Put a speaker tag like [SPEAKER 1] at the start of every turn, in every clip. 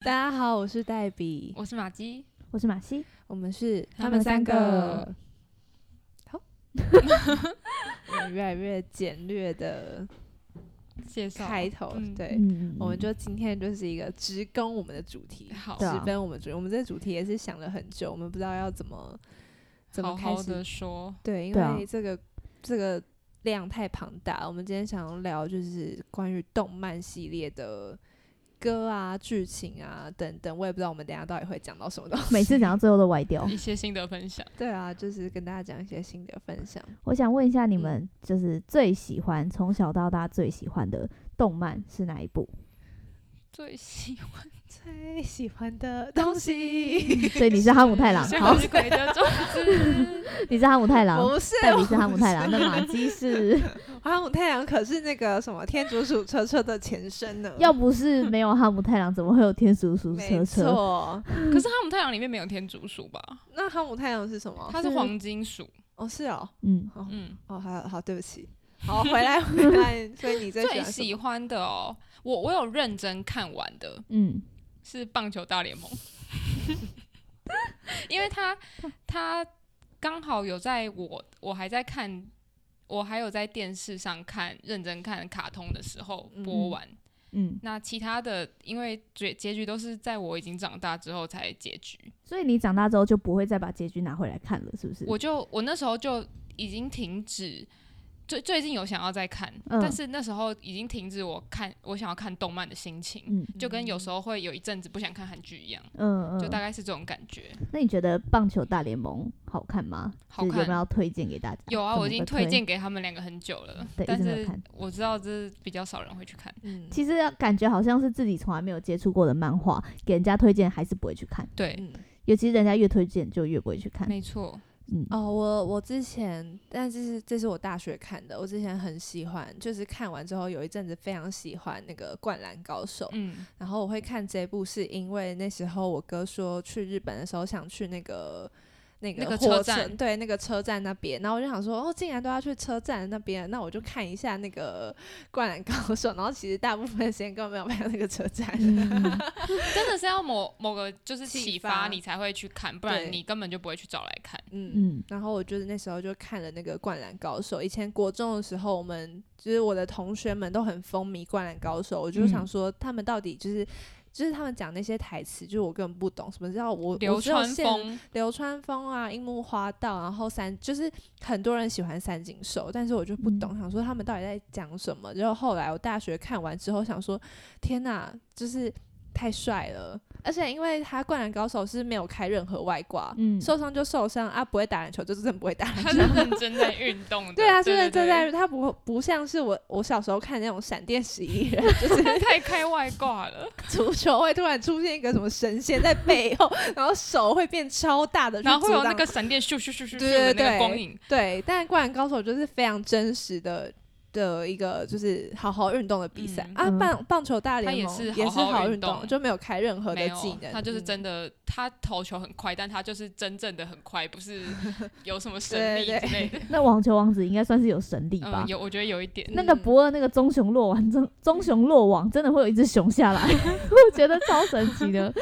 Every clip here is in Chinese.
[SPEAKER 1] 大家好，我是黛比，
[SPEAKER 2] 我是马姬，
[SPEAKER 3] 我是马西，
[SPEAKER 1] 我们是
[SPEAKER 2] 他们三个。
[SPEAKER 1] 好，我们越来越简略的
[SPEAKER 2] 介绍
[SPEAKER 1] 开头，
[SPEAKER 2] 嗯
[SPEAKER 1] 对，
[SPEAKER 3] 嗯
[SPEAKER 1] 我们就今天就是一个直攻我们的主题，
[SPEAKER 2] 好
[SPEAKER 3] 对
[SPEAKER 1] 直
[SPEAKER 3] 啊
[SPEAKER 1] 奔我们主题。我们这主题也是想了很久，我们不知道要怎么怎么
[SPEAKER 2] 好
[SPEAKER 1] 开
[SPEAKER 2] 好
[SPEAKER 1] 始
[SPEAKER 2] 的说，
[SPEAKER 1] 对，因
[SPEAKER 3] 对啊
[SPEAKER 1] 为这个、这个量太庞大，我们今天想要聊就是关于动漫系列的歌啊、剧情啊等等。我也不知道我们等一下到底会讲到什么东西。
[SPEAKER 3] 每次讲到最后都歪掉
[SPEAKER 2] 一。些心得分享。
[SPEAKER 1] 对啊，就是跟大家讲一些心得分享。
[SPEAKER 3] 我想问一下，你们就是最喜欢从小到大最喜欢的动漫是哪一部？
[SPEAKER 2] 最喜欢
[SPEAKER 1] 最喜欢的东 西
[SPEAKER 3] 所以你是哈姆太郎，好
[SPEAKER 2] 像， 是鬼的种子，
[SPEAKER 3] 你是哈姆太郎，
[SPEAKER 1] 不是
[SPEAKER 3] 黛比
[SPEAKER 1] 我
[SPEAKER 3] 是哈姆太郎，那马姬是
[SPEAKER 1] 哈姆太郎可是那个什么天竺鼠车车的前身呢。
[SPEAKER 3] 要不是没有哈姆太郎，怎么会有天竺鼠
[SPEAKER 1] 没
[SPEAKER 3] 车车？
[SPEAKER 1] 错，
[SPEAKER 2] 可是哈姆太郎里面没有天竺鼠吧？
[SPEAKER 1] 那哈姆太郎是什么？
[SPEAKER 2] 它是黄金鼠。
[SPEAKER 1] 哦，是哦，
[SPEAKER 3] 嗯，
[SPEAKER 1] 哦，
[SPEAKER 2] 嗯，
[SPEAKER 1] 哦，好好，对不 起，好，回来回来，所以你最喜
[SPEAKER 2] 最
[SPEAKER 1] 欢什么
[SPEAKER 2] 喜欢的哦，我我有认真看完的
[SPEAKER 3] 嗯，
[SPEAKER 2] 是《棒球大联盟》， 因为它它刚好有在我我还在看，我还有在电视上看认真看卡通的时候播
[SPEAKER 3] 嗯
[SPEAKER 2] 完。
[SPEAKER 3] 嗯，
[SPEAKER 2] 那其他的，因为结结局都是在我已经长大之后才结局，
[SPEAKER 3] 所以你长大之后就不会再把结局拿回来看了，是不是？
[SPEAKER 2] 我就我那时候就已经停止。最最近有想要再看，
[SPEAKER 3] 嗯
[SPEAKER 2] 但是那时候已经停止我看我想要看动漫的心情，
[SPEAKER 3] 嗯
[SPEAKER 2] 就跟有时候会有一阵子不想看韩剧一样，
[SPEAKER 3] 嗯
[SPEAKER 2] 就
[SPEAKER 3] 嗯
[SPEAKER 2] 大，概是这种感觉。
[SPEAKER 3] 那你觉得《棒球大联盟》好看吗？
[SPEAKER 2] 好
[SPEAKER 3] 就是有没
[SPEAKER 2] 看
[SPEAKER 3] 有要推荐给大家？
[SPEAKER 2] 有啊，
[SPEAKER 3] 怎
[SPEAKER 2] 我
[SPEAKER 3] 么
[SPEAKER 2] 已经
[SPEAKER 3] 个
[SPEAKER 2] 推荐给他们两个很久了，
[SPEAKER 3] 对
[SPEAKER 2] 但
[SPEAKER 3] 一直没有
[SPEAKER 2] 是
[SPEAKER 3] 看
[SPEAKER 2] 我知道这比较少人会去看。
[SPEAKER 1] 嗯，
[SPEAKER 3] 其实感觉好像是自己从来没有接触过的漫画，给人家推荐还是不会去看，
[SPEAKER 2] 对，
[SPEAKER 1] 嗯
[SPEAKER 3] 尤其是人家越推荐就越不会去看。
[SPEAKER 2] 没错，
[SPEAKER 3] 嗯，
[SPEAKER 1] 哦，我我之前，但这是这是我大学看的，我之前很喜欢，就是看完之后有一阵子非常喜欢那个《灌篮高手》，
[SPEAKER 2] 嗯，
[SPEAKER 1] 然后我会看这部是因为那时候我哥说去日本的时候想去那个。那
[SPEAKER 2] 那
[SPEAKER 1] 个
[SPEAKER 2] 个
[SPEAKER 1] 火
[SPEAKER 2] 车
[SPEAKER 1] 车
[SPEAKER 2] 站
[SPEAKER 1] 对那个车站那边，然后我就想说，哦，竟然都要去车站那边，那我就看一下那个《灌篮高手》，然后其实大部分时间根本没有拍到那个车站，
[SPEAKER 2] 嗯
[SPEAKER 3] 嗯
[SPEAKER 2] 真的是要某某个就是
[SPEAKER 1] 启
[SPEAKER 2] 启
[SPEAKER 1] 发
[SPEAKER 2] 发你才会去看，不
[SPEAKER 1] 对
[SPEAKER 2] 然你根本就不会去找来看。
[SPEAKER 1] 嗯
[SPEAKER 3] 嗯
[SPEAKER 1] 然后我就是那时候就看了那个《灌篮高手》。以前国中的时候，我们就是我的同学们都很风靡《灌篮高手》，我就
[SPEAKER 3] 嗯
[SPEAKER 1] 想说他们到底就是。就是他们讲那些台词，就是我根本不懂什么叫我
[SPEAKER 2] 流川，
[SPEAKER 1] 我只有现
[SPEAKER 2] 枫，
[SPEAKER 1] 流川枫啊，樱木花道，然后三就是很多人喜欢三井寿，但是我就不懂，想说他们到底在讲什么。然后后来我大学看完之后，想说天哪，就是太帅了，而且因为他《灌篮高手》是没有开任何外挂，
[SPEAKER 3] 嗯，
[SPEAKER 1] 受伤就受伤啊，不会打篮球就是真的不会打篮
[SPEAKER 2] 他
[SPEAKER 1] 球。
[SPEAKER 2] 是 认真在运动的。
[SPEAKER 1] 对啊，是
[SPEAKER 2] 对
[SPEAKER 1] 认真
[SPEAKER 2] 对
[SPEAKER 1] 在，他不不像是我我小时候看那种闪电十一人， 就是
[SPEAKER 2] 对太开外挂 了。
[SPEAKER 1] 足球会突然出现一个什么神仙在背后，然后手会变超大的去阻挡，
[SPEAKER 2] 然后会有那个闪电咻咻咻咻咻
[SPEAKER 1] 对对
[SPEAKER 2] 的那
[SPEAKER 1] 对
[SPEAKER 2] 个光影，
[SPEAKER 1] 对，但《灌篮高手》就是非常真实的的一个就是好好运动的比赛、
[SPEAKER 2] 嗯
[SPEAKER 1] 啊，
[SPEAKER 3] 嗯
[SPEAKER 1] 棒棒球大联
[SPEAKER 2] 它也
[SPEAKER 1] 盟
[SPEAKER 2] 是
[SPEAKER 1] 也是
[SPEAKER 2] 好好
[SPEAKER 1] 好
[SPEAKER 2] 运
[SPEAKER 1] 运动，
[SPEAKER 2] 动
[SPEAKER 1] 就没有开任何
[SPEAKER 2] 没
[SPEAKER 1] 的技
[SPEAKER 2] 有，
[SPEAKER 1] 能，
[SPEAKER 2] 他就是
[SPEAKER 1] 嗯
[SPEAKER 2] 真的，他投球很快，但他就是真正的很快，不是有什么神力
[SPEAKER 1] 对对
[SPEAKER 2] 之 类的。
[SPEAKER 3] 那网球王子应该算是有神力吧
[SPEAKER 2] 嗯，？有，我觉得有一点。
[SPEAKER 3] 那个不二那个棕熊落网，棕棕熊落网，真的会有一只熊下来，我觉得超神奇的。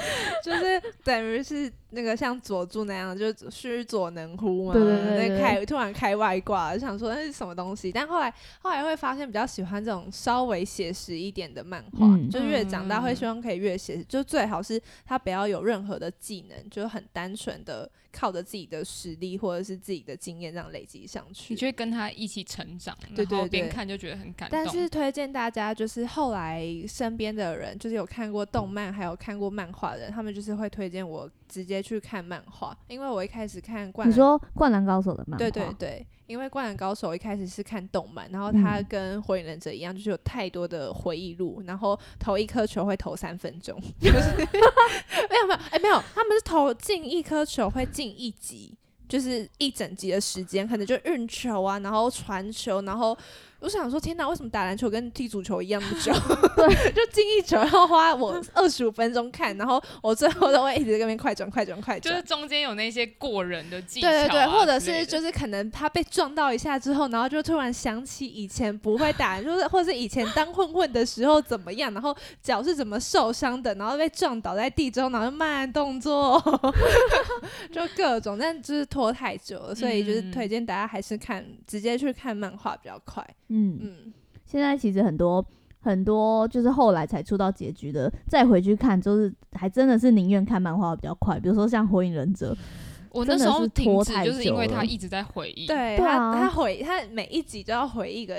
[SPEAKER 1] 就是等于是那个像佐助那样，就是须佐能乎嘛，
[SPEAKER 3] 对对对对
[SPEAKER 1] 那开突然开外挂，就想说那是什么东西，但后来后来会发现比较喜欢这种稍微写实一点的漫画，
[SPEAKER 3] 嗯
[SPEAKER 1] 就越长大
[SPEAKER 2] 嗯
[SPEAKER 1] 会希望可以越写实，就最好是他不要有任何的技能，就是很单纯的靠着自己的实力或者是自己的经验这样累积上去
[SPEAKER 2] 你。就会跟他一起成长，
[SPEAKER 1] 对
[SPEAKER 2] 然后
[SPEAKER 1] 对对
[SPEAKER 2] 边看就觉得很感动。
[SPEAKER 1] 但是推荐大家，就是后来身边的人，就是有看过动漫，还有看过漫画的人，他们就是会推荐我直接去看漫画，因为我一开始看《灌
[SPEAKER 3] 你
[SPEAKER 1] 篮》，
[SPEAKER 3] 说《灌篮高手》的漫画，
[SPEAKER 1] 对对对，因为《灌篮高手》一开始是看动漫，然后它
[SPEAKER 3] 嗯
[SPEAKER 1] 跟《火影忍者》一样，就是有太多的回忆录，然后投一颗球会投三分钟， 就是没有没有哎、没有，他们是投进一颗球会进一集。就是一整集的时间，可能就运球啊，然后传球，然后我想说，天哪，为什么打篮球跟踢足球一样那么久？ 对，就进一球，然后花我二十五分钟看，然后我最后都会一直在那边快转、快转、快
[SPEAKER 2] 就
[SPEAKER 1] 转
[SPEAKER 2] 是。中间有那些过人的技巧、啊
[SPEAKER 1] 对
[SPEAKER 2] 之类
[SPEAKER 1] 对
[SPEAKER 2] 的，
[SPEAKER 1] 对，或者是就是可能他被撞到一下之后，然后就突然想起以前不会 打，就是或是以前当混混的时候怎么样，然后脚是怎么受伤的，然后被撞倒在地中，然后就慢动作， 就各种，但就是拖太久了，所以就是
[SPEAKER 2] 嗯
[SPEAKER 1] 推荐大家还是看直接去看漫画比较快。
[SPEAKER 3] 嗯，
[SPEAKER 1] 嗯，
[SPEAKER 3] 现在其实很多很多就是后来才出到结局的，再回去看，就是还真的是宁愿看漫画比较快。比如说像《火影忍者》，
[SPEAKER 2] 我
[SPEAKER 3] 真
[SPEAKER 2] 那时
[SPEAKER 3] 的
[SPEAKER 2] 候
[SPEAKER 3] 是
[SPEAKER 2] 停
[SPEAKER 3] 拖
[SPEAKER 2] 止，
[SPEAKER 3] 太
[SPEAKER 2] 就是
[SPEAKER 3] 久
[SPEAKER 2] 因为他
[SPEAKER 3] 了
[SPEAKER 2] 一直在回忆。
[SPEAKER 1] 对
[SPEAKER 3] 对
[SPEAKER 1] 他
[SPEAKER 3] 啊
[SPEAKER 1] 他回他每一集都要回忆个，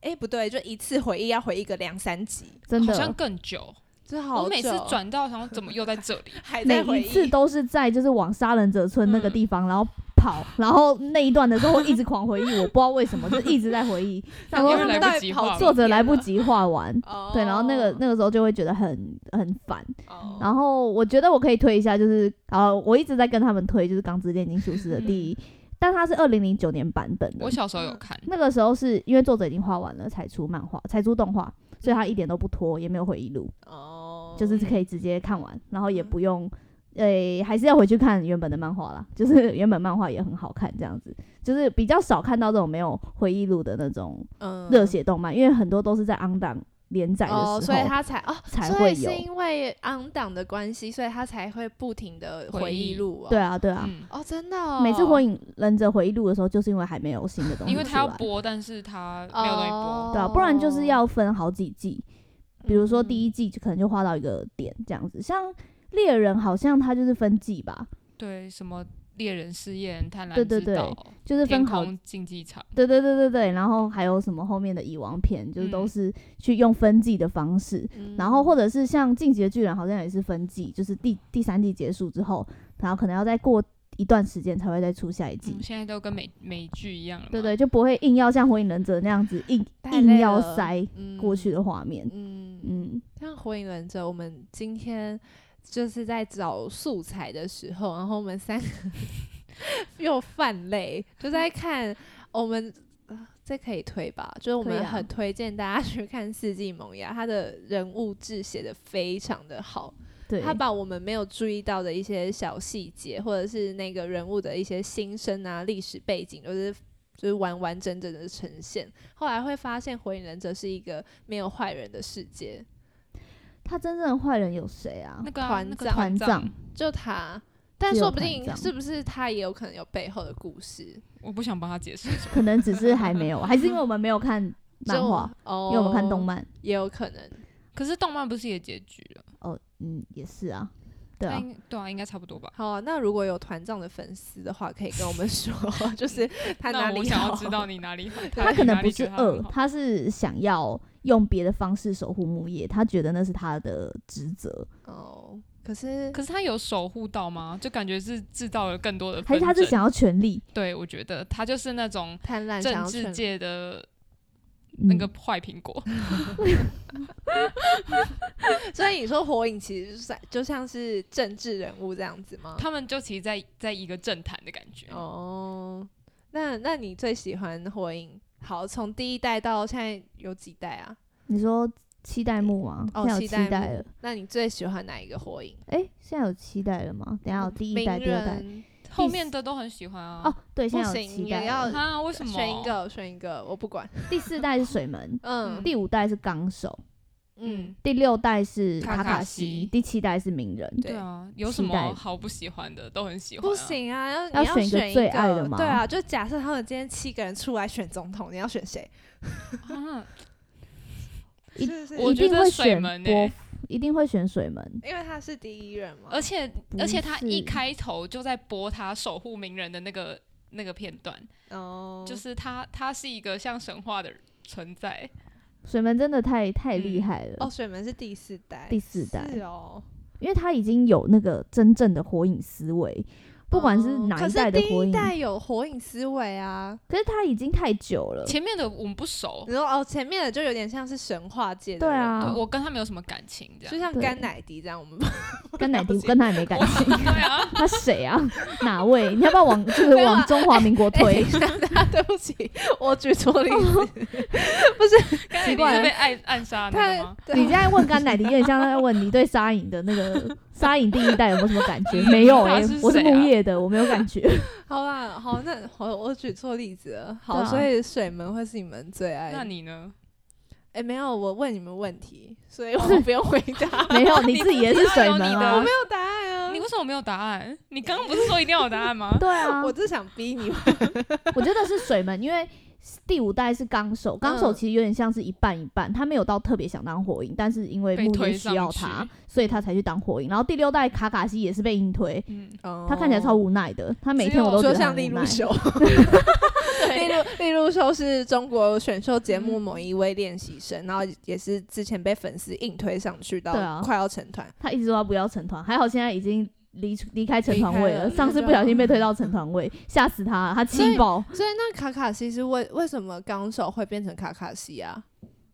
[SPEAKER 1] 哎、不对，就一次回忆要回忆个两三集，
[SPEAKER 3] 真
[SPEAKER 2] 好像
[SPEAKER 3] 的
[SPEAKER 2] 更久。
[SPEAKER 1] 就好
[SPEAKER 2] 我每次
[SPEAKER 1] 久
[SPEAKER 2] 转到，然后怎么又在这里？
[SPEAKER 1] 还
[SPEAKER 3] 每
[SPEAKER 1] 在回
[SPEAKER 3] 一
[SPEAKER 1] 忆，
[SPEAKER 3] 次都是在就是往杀人者村那个
[SPEAKER 2] 嗯
[SPEAKER 3] 地方，然后跑，然后那一段的时候一直狂回忆，我不知道为什么就一直在 回忆，想
[SPEAKER 1] 因为
[SPEAKER 3] 说
[SPEAKER 2] 因为
[SPEAKER 3] 他们
[SPEAKER 1] 们
[SPEAKER 2] 来
[SPEAKER 1] 到
[SPEAKER 2] 不
[SPEAKER 1] 底
[SPEAKER 2] 及
[SPEAKER 1] 跑
[SPEAKER 2] 画
[SPEAKER 3] 作
[SPEAKER 2] 完。
[SPEAKER 3] 者来不及画完。
[SPEAKER 1] 哦
[SPEAKER 3] 对，然后那个那个时候就会觉得很很烦，
[SPEAKER 1] 哦
[SPEAKER 3] 然后我觉得我可以推一下，就是啊，我一直在跟他们推，就是《钢之炼金术师》的
[SPEAKER 1] 嗯
[SPEAKER 3] 第一，但它是二零零九年版本的
[SPEAKER 2] 我。小时候有看，
[SPEAKER 3] 那个时候是因为作者已经画完了才出漫画，才出动画，所以他一点都不拖，也没有回忆录，
[SPEAKER 1] 哦，
[SPEAKER 3] 就是
[SPEAKER 2] 嗯
[SPEAKER 3] 可以直接看完，然后也不用，诶、还是要回去看原本的漫画啦。就是原本漫画也很好看，这样子，就是比较少看到这种没有回忆录的那种
[SPEAKER 1] 嗯
[SPEAKER 3] 热血动漫，因为很多都是在 on 档连载的时候，
[SPEAKER 1] 哦，所以他才哦，
[SPEAKER 3] 才
[SPEAKER 1] 所
[SPEAKER 3] 会
[SPEAKER 1] 以是
[SPEAKER 3] 有
[SPEAKER 1] 因为 on 档的关系，所以他才会不停的
[SPEAKER 2] 回
[SPEAKER 1] 回忆
[SPEAKER 2] 忆
[SPEAKER 1] 录、哦。
[SPEAKER 3] 对，啊，对 啊，
[SPEAKER 2] 嗯，
[SPEAKER 1] 哦，真的、哦，
[SPEAKER 3] 每次火影忍者回忆录的时候，就是因为还没有新的东西
[SPEAKER 2] 因为他要
[SPEAKER 3] 出来
[SPEAKER 2] 播，哦但是他没有东西播。
[SPEAKER 3] 对啊，不然就是要分好几季，比如说
[SPEAKER 2] 嗯
[SPEAKER 3] 第一季就可能就画到一个点这样子，像。猎人好像他就是分季吧，
[SPEAKER 2] 对，什么猎人试验、贪婪
[SPEAKER 3] 对对
[SPEAKER 2] 之
[SPEAKER 3] 对
[SPEAKER 2] 岛、
[SPEAKER 3] 就是
[SPEAKER 2] 天
[SPEAKER 3] 分好，
[SPEAKER 2] 空竞技场。
[SPEAKER 3] 对对对对对，然后还有什么后面的蚁王篇，就是都
[SPEAKER 2] 嗯
[SPEAKER 3] 是去用分季的方式，
[SPEAKER 1] 嗯，
[SPEAKER 3] 然后或者是像进击的巨人好像也是分季，就是第第三季结束之后，然后可能要再过一段时间才会再出下一季，
[SPEAKER 2] 嗯，现在都跟美美剧一样了嘛。
[SPEAKER 3] 对对，就不会硬要像火影忍者那样子硬
[SPEAKER 1] 太
[SPEAKER 3] 硬
[SPEAKER 1] 累
[SPEAKER 3] 要
[SPEAKER 1] 了
[SPEAKER 3] 塞过去的画面，
[SPEAKER 1] 嗯，嗯，
[SPEAKER 3] 嗯，
[SPEAKER 1] 像火影忍者，我们今天就是在找素材的时候，然后我们三个 又犯累，就在看我们。啊这可以推吧，就是我
[SPEAKER 3] 可
[SPEAKER 1] 们
[SPEAKER 3] 以啊
[SPEAKER 1] 很推荐大家去看《四季萌芽》，他的人物志写的非常的好，
[SPEAKER 3] 对，
[SPEAKER 1] 他把我们没有注意到的一些小细节，或者是那个人物的一些心声啊、历史背景，就是就是完完整整的呈现。后来会发现，《火影忍者》是一个没有坏人的世界，
[SPEAKER 3] 他真正的坏人有谁啊
[SPEAKER 2] 那？个啊、
[SPEAKER 1] 团
[SPEAKER 2] 那个
[SPEAKER 1] 长
[SPEAKER 3] 团
[SPEAKER 2] 长
[SPEAKER 3] 长，
[SPEAKER 1] 就他。但
[SPEAKER 3] 只有
[SPEAKER 1] 说不
[SPEAKER 3] 团
[SPEAKER 1] 定
[SPEAKER 3] 长
[SPEAKER 1] 是不是他也有可能有背后的故事？
[SPEAKER 2] 我不想帮他解释什么。
[SPEAKER 3] 可能只是还没有，还是因为我们没有看 漫
[SPEAKER 1] 就
[SPEAKER 3] 画，
[SPEAKER 1] 哦，
[SPEAKER 3] 因为我们看动，漫。
[SPEAKER 1] 也有可能。
[SPEAKER 2] 可是动漫不是也结局了？
[SPEAKER 3] 哦，嗯，也是啊，对
[SPEAKER 2] 那
[SPEAKER 3] 啊，
[SPEAKER 2] 应对啊，应该差不多吧。
[SPEAKER 1] 好啊、那如果有团长的粉丝的话，可以跟我们 说，就是他哪
[SPEAKER 2] 那
[SPEAKER 1] 里
[SPEAKER 2] 我想
[SPEAKER 1] 好
[SPEAKER 2] 要知道你哪里好，
[SPEAKER 1] 对
[SPEAKER 3] 他可能不是
[SPEAKER 2] 二
[SPEAKER 3] 恶，，他是想要用别的方式守护木叶，他觉得那是他的职责，
[SPEAKER 1] 哦。可是
[SPEAKER 2] 可是他有守护到吗？就感觉是制造了更多的
[SPEAKER 3] 还
[SPEAKER 2] 纷
[SPEAKER 3] 是
[SPEAKER 2] 争。
[SPEAKER 3] 他是想要权力？
[SPEAKER 2] 对，我觉得他就是那种
[SPEAKER 1] 贪婪想
[SPEAKER 2] 政
[SPEAKER 1] 要
[SPEAKER 2] 治
[SPEAKER 1] 篡
[SPEAKER 2] 界的那
[SPEAKER 3] 嗯
[SPEAKER 2] 个坏苹果。
[SPEAKER 1] 所以你说火影其实就是在就像是政治人物这样子
[SPEAKER 3] 哦
[SPEAKER 1] 吗？
[SPEAKER 2] 他们就其实在在一个政坛的感觉。
[SPEAKER 1] 哦，那那你最喜欢火影？好，从第一代到现在有几代啊？
[SPEAKER 3] 你说七代目吗？
[SPEAKER 1] 哦
[SPEAKER 3] 现，在有
[SPEAKER 1] 七
[SPEAKER 3] 七代
[SPEAKER 1] 目
[SPEAKER 3] 了，。
[SPEAKER 1] 那你最喜欢哪一个火影？
[SPEAKER 3] 哎，现在有七代了吗？等一下有第一
[SPEAKER 1] 鸣
[SPEAKER 3] 代、第二代。
[SPEAKER 1] 嗯人
[SPEAKER 2] 后面的都很喜欢啊。
[SPEAKER 3] 哦，对，现
[SPEAKER 1] 不
[SPEAKER 3] 在有
[SPEAKER 1] 行
[SPEAKER 3] 七
[SPEAKER 1] 也
[SPEAKER 3] 代
[SPEAKER 1] 要
[SPEAKER 3] 了，
[SPEAKER 2] 啊，为什么？
[SPEAKER 1] 选一个，选一个，我不管。
[SPEAKER 3] 第四代是水 门，
[SPEAKER 1] 嗯
[SPEAKER 3] 第五代是纲手，
[SPEAKER 1] 嗯
[SPEAKER 2] 嗯，
[SPEAKER 3] 第六代是
[SPEAKER 2] 卡
[SPEAKER 3] 卡
[SPEAKER 2] 卡
[SPEAKER 3] 卡西
[SPEAKER 2] 西，
[SPEAKER 3] 第七代是鸣人。
[SPEAKER 1] 对
[SPEAKER 2] 对啊，有什
[SPEAKER 3] 期待
[SPEAKER 2] 么好不喜欢的？都很喜欢、
[SPEAKER 1] 不，行啊，要
[SPEAKER 3] 要
[SPEAKER 1] 你要
[SPEAKER 3] 选一个
[SPEAKER 1] 选
[SPEAKER 3] 最爱的吗
[SPEAKER 1] 对啊，就假设他们今天七个人出来选总统，你要选谁？
[SPEAKER 2] 啊、
[SPEAKER 3] 一
[SPEAKER 1] 是是
[SPEAKER 2] 我
[SPEAKER 3] 一
[SPEAKER 2] 觉
[SPEAKER 3] 定
[SPEAKER 2] 得
[SPEAKER 3] 会
[SPEAKER 2] 水
[SPEAKER 3] 选
[SPEAKER 2] 门
[SPEAKER 3] 波
[SPEAKER 2] 欸
[SPEAKER 3] 一定会选水门。
[SPEAKER 1] 因为他是第一任嘛。
[SPEAKER 2] 而且
[SPEAKER 3] 不
[SPEAKER 2] 而且他一
[SPEAKER 3] 是
[SPEAKER 2] 开头就在播他守护名人的那个那个片段，
[SPEAKER 1] 哦，
[SPEAKER 2] 就是他他是一个像神话的存在，
[SPEAKER 3] 水门真的太太厉
[SPEAKER 2] 嗯
[SPEAKER 3] 害了，
[SPEAKER 1] 哦，水门是第四代，
[SPEAKER 3] 第四代
[SPEAKER 1] 是哦。
[SPEAKER 3] 因为他已经有那个真正的火影思维，不管是
[SPEAKER 1] 哦
[SPEAKER 3] 哪
[SPEAKER 1] 可
[SPEAKER 3] 一
[SPEAKER 1] 是
[SPEAKER 3] 代的火
[SPEAKER 1] 第
[SPEAKER 3] 影，
[SPEAKER 1] 一代有火影思维啊。
[SPEAKER 3] 可是它已经太久了。
[SPEAKER 2] 前面的我们不熟，
[SPEAKER 1] 你说哦，前面的就有点像是神话界的
[SPEAKER 3] 对
[SPEAKER 1] 人
[SPEAKER 3] 啊
[SPEAKER 2] 对
[SPEAKER 1] 物
[SPEAKER 2] 我跟他没有什么感情，这
[SPEAKER 1] 就
[SPEAKER 2] 样。
[SPEAKER 1] 像
[SPEAKER 3] 对
[SPEAKER 1] 甘乃迪这样，我们
[SPEAKER 3] 跟奶迪
[SPEAKER 1] 了解
[SPEAKER 3] 跟他也没感情，
[SPEAKER 2] 对 啊，
[SPEAKER 3] 他谁啊？哪位？你要不 要往就是
[SPEAKER 1] 没有啊
[SPEAKER 3] 往中华民国推？
[SPEAKER 1] 哎等一下等一 下对不起，我举错例 子。
[SPEAKER 2] 刚才
[SPEAKER 3] 奇
[SPEAKER 2] 你
[SPEAKER 3] 怪
[SPEAKER 2] 是被暗暗杀那个
[SPEAKER 1] 他
[SPEAKER 2] 吗？
[SPEAKER 1] 对
[SPEAKER 3] 你现在问甘乃迪，有点像在问你对沙影的那个沙影第一代有没有什么感觉？没有哎、
[SPEAKER 2] 他是
[SPEAKER 3] 我是
[SPEAKER 2] 谁啊
[SPEAKER 3] 木叶的，我没有感觉。
[SPEAKER 1] 好啦，好，那我我举错例子了。好，
[SPEAKER 3] 对啊
[SPEAKER 1] 所以水门会是你们最爱的。
[SPEAKER 2] 那你呢？
[SPEAKER 1] 哎、没有，我问你们问题，所以 我不用回答，
[SPEAKER 3] 没有，你自己也是水门
[SPEAKER 2] 你自己
[SPEAKER 3] 啊
[SPEAKER 2] 有你的。
[SPEAKER 1] 有答案啊
[SPEAKER 2] 你为什么没有答案？你刚刚不是说一定要有答案吗？
[SPEAKER 3] 对啊，
[SPEAKER 1] 我
[SPEAKER 3] 我
[SPEAKER 1] 只想逼你们。
[SPEAKER 3] 我觉得是水门，因为第五代是纲手，纲手
[SPEAKER 1] 嗯
[SPEAKER 3] 其实有点像是一半一半，他没有到特别想当火影，但是因为
[SPEAKER 2] 被
[SPEAKER 3] 木叶
[SPEAKER 2] 推
[SPEAKER 3] 需要
[SPEAKER 2] 上
[SPEAKER 3] 他
[SPEAKER 2] 去，
[SPEAKER 3] 所以他才去当火影。然后第六代卡卡西也是被硬推，
[SPEAKER 2] 嗯，
[SPEAKER 1] 哦
[SPEAKER 3] 他看起来超无奈的，他每
[SPEAKER 2] 只
[SPEAKER 3] 天我
[SPEAKER 2] 有
[SPEAKER 3] 都觉
[SPEAKER 1] 说
[SPEAKER 3] 得他
[SPEAKER 1] 像
[SPEAKER 3] 很
[SPEAKER 1] 利
[SPEAKER 3] 无
[SPEAKER 1] 路
[SPEAKER 3] 奈。
[SPEAKER 1] 修， 利路利路修是中国选秀节目某一位练习生，然后也是之前被粉丝硬推上去
[SPEAKER 3] 对啊
[SPEAKER 1] 到快要成团，
[SPEAKER 3] 他一直说他不要成团，还好现在已经离出离开成团位
[SPEAKER 1] 离开
[SPEAKER 3] 了。
[SPEAKER 1] 了
[SPEAKER 3] 上次不小心被推到成团位，吓死他了，他
[SPEAKER 1] 所
[SPEAKER 3] 气
[SPEAKER 1] 以
[SPEAKER 3] 爆。
[SPEAKER 1] 所以那卡卡西是为为什么纲手会变成卡卡西啊？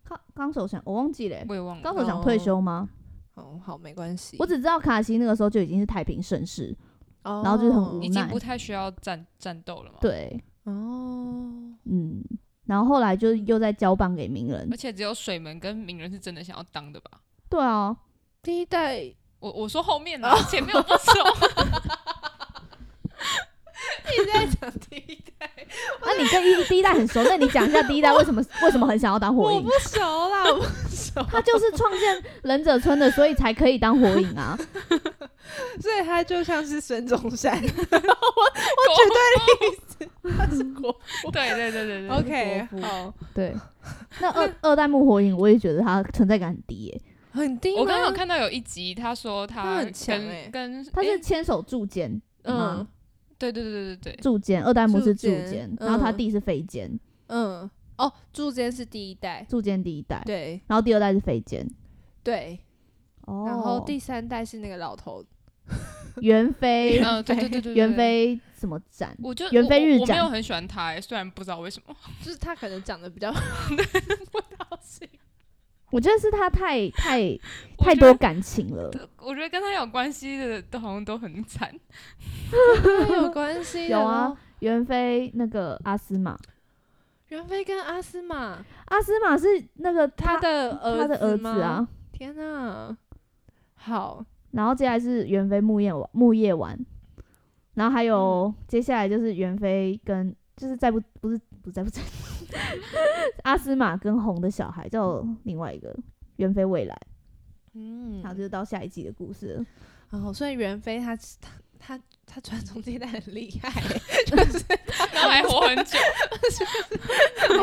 [SPEAKER 3] 刚刚手想我忘记了欸，
[SPEAKER 2] 我也忘
[SPEAKER 3] 刚
[SPEAKER 2] 了。
[SPEAKER 3] 手想退休吗？
[SPEAKER 1] 哦，好，没关系。
[SPEAKER 3] 我只知道卡西那个时候就已经是太平盛世，
[SPEAKER 1] 哦
[SPEAKER 3] 然后就是很无
[SPEAKER 2] 已
[SPEAKER 3] 奈
[SPEAKER 2] 经不太需要战战斗了嘛。，
[SPEAKER 3] 对，
[SPEAKER 1] 哦，
[SPEAKER 3] 嗯，然后后来就又在交棒给鸣人
[SPEAKER 2] 而，且只有水门跟鸣人是真的想要当的吧？
[SPEAKER 3] 对啊，
[SPEAKER 1] 第一代
[SPEAKER 2] 我我说后面呢，
[SPEAKER 3] 哦
[SPEAKER 2] 前面我不 熟。
[SPEAKER 1] 一直在讲第一代，
[SPEAKER 3] 那你跟一第一代很熟，那你讲一下第一代为什么为什么很想要当火
[SPEAKER 1] 我
[SPEAKER 3] 影
[SPEAKER 1] 不？熟啦，我不熟，
[SPEAKER 3] 他就是创建忍者村的，所以才可以当火影 啊！
[SPEAKER 1] 所以他就像是孙中山，我我举对例子，他是国
[SPEAKER 2] 对对对对对，
[SPEAKER 3] 哦
[SPEAKER 1] ，OK，
[SPEAKER 3] 国父
[SPEAKER 1] 好，
[SPEAKER 3] 对，那
[SPEAKER 1] 嗯
[SPEAKER 3] 二二代目火影，我也觉得他存在感很低耶、
[SPEAKER 1] 很低吗，
[SPEAKER 2] 我刚刚有看到有一集，他说
[SPEAKER 1] 他
[SPEAKER 2] 他
[SPEAKER 1] 很强欸
[SPEAKER 2] 跟跟
[SPEAKER 3] 他是
[SPEAKER 2] 诶
[SPEAKER 3] 牵手柱间，
[SPEAKER 1] 嗯
[SPEAKER 3] 嗯，
[SPEAKER 2] 对对对对对 对，
[SPEAKER 3] 柱间，二代目是柱
[SPEAKER 1] 柱间
[SPEAKER 3] 间，然后他
[SPEAKER 1] 嗯
[SPEAKER 3] 弟是肥间，
[SPEAKER 1] 嗯，哦，柱间是第一代，
[SPEAKER 3] 柱间第一代，
[SPEAKER 1] 对
[SPEAKER 3] 然后第二代是肥间，
[SPEAKER 1] 对，
[SPEAKER 3] 哦，
[SPEAKER 1] 然后第三代是那个老头，
[SPEAKER 3] 袁哦 飞，
[SPEAKER 1] 哦
[SPEAKER 2] 嗯对对对对，
[SPEAKER 3] 袁
[SPEAKER 2] 对。
[SPEAKER 3] 飞什么展？
[SPEAKER 2] 我就
[SPEAKER 3] 袁飞日
[SPEAKER 2] 我我
[SPEAKER 3] 展
[SPEAKER 2] 没有很喜欢他、欸，虽然不知道为 什么。
[SPEAKER 1] 就是他可能长得比较 不讨喜，
[SPEAKER 3] 我觉得是他太太
[SPEAKER 2] 我
[SPEAKER 3] 太
[SPEAKER 2] 觉得
[SPEAKER 3] 多感情了，
[SPEAKER 2] 我觉得跟他有关系的都好像都很惨。
[SPEAKER 1] 跟他有关系的
[SPEAKER 3] 有啊
[SPEAKER 1] 咯。
[SPEAKER 3] 袁飞那个阿斯玛，
[SPEAKER 1] 袁飞跟阿斯玛，
[SPEAKER 3] 阿斯玛是那个
[SPEAKER 1] 他的
[SPEAKER 3] 他的儿
[SPEAKER 1] 儿
[SPEAKER 3] 子
[SPEAKER 1] 吗，
[SPEAKER 3] 啊，
[SPEAKER 1] 天哪，好，
[SPEAKER 3] 然后接下来是袁飞木叶丸木叶丸，然后还有、接下来就是袁飞跟就是再不不是不是再不 在阿斯玛跟红的小孩叫另外一个袁飞未来，
[SPEAKER 1] 嗯，
[SPEAKER 3] 然后就是到下一季的故事了。
[SPEAKER 1] 哦，所以袁飞他他他他传宗接代很厉害，
[SPEAKER 2] 然后还活很 久，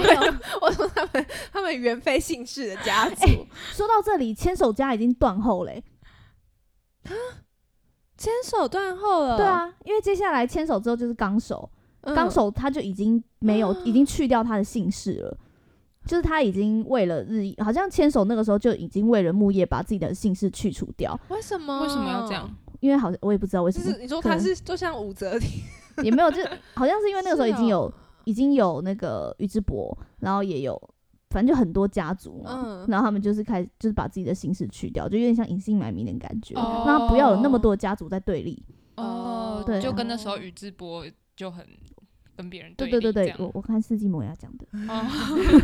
[SPEAKER 3] 没有，
[SPEAKER 1] 我说他们他们袁飞姓氏的家
[SPEAKER 3] 哎
[SPEAKER 1] 族，
[SPEAKER 3] 说到这里，千手家已经断后嘞、
[SPEAKER 1] 牵手断后了，
[SPEAKER 3] 对，啊，因为接下来牵手之后就是纲手，
[SPEAKER 1] 嗯
[SPEAKER 3] 纲、手他就已经没有，已经去掉他的姓氏了。就是他已经为了日益，好像牵手那个时候就已经为了木叶把自己的姓氏去除掉，
[SPEAKER 1] 为什么
[SPEAKER 2] 为什么要这样？？
[SPEAKER 3] 因为好像我也不知道为什
[SPEAKER 1] 就
[SPEAKER 3] 么
[SPEAKER 1] 是，你说
[SPEAKER 3] 可
[SPEAKER 1] 他
[SPEAKER 3] 能
[SPEAKER 1] 是就像武则天，
[SPEAKER 3] 也没有，就好像是因为那个时候 已
[SPEAKER 1] 是
[SPEAKER 3] 经
[SPEAKER 1] 哦
[SPEAKER 3] 有、已经有那个宇智波，然后也有，反正就很多家族嘛，
[SPEAKER 1] 嗯
[SPEAKER 3] 然后他们就是开始就是把自己的姓氏去掉，就有点像隐姓埋名的感觉，
[SPEAKER 2] 哦
[SPEAKER 3] 让他不要有那么多家族在对立。
[SPEAKER 1] 哦
[SPEAKER 3] 对
[SPEAKER 2] 就
[SPEAKER 3] 啊
[SPEAKER 2] 跟那时候宇智波就很跟别人
[SPEAKER 3] 对
[SPEAKER 2] 对
[SPEAKER 3] 对对
[SPEAKER 2] 立这
[SPEAKER 3] 对，
[SPEAKER 2] 样
[SPEAKER 3] 我我看世纪萌芽讲的，
[SPEAKER 2] 哦，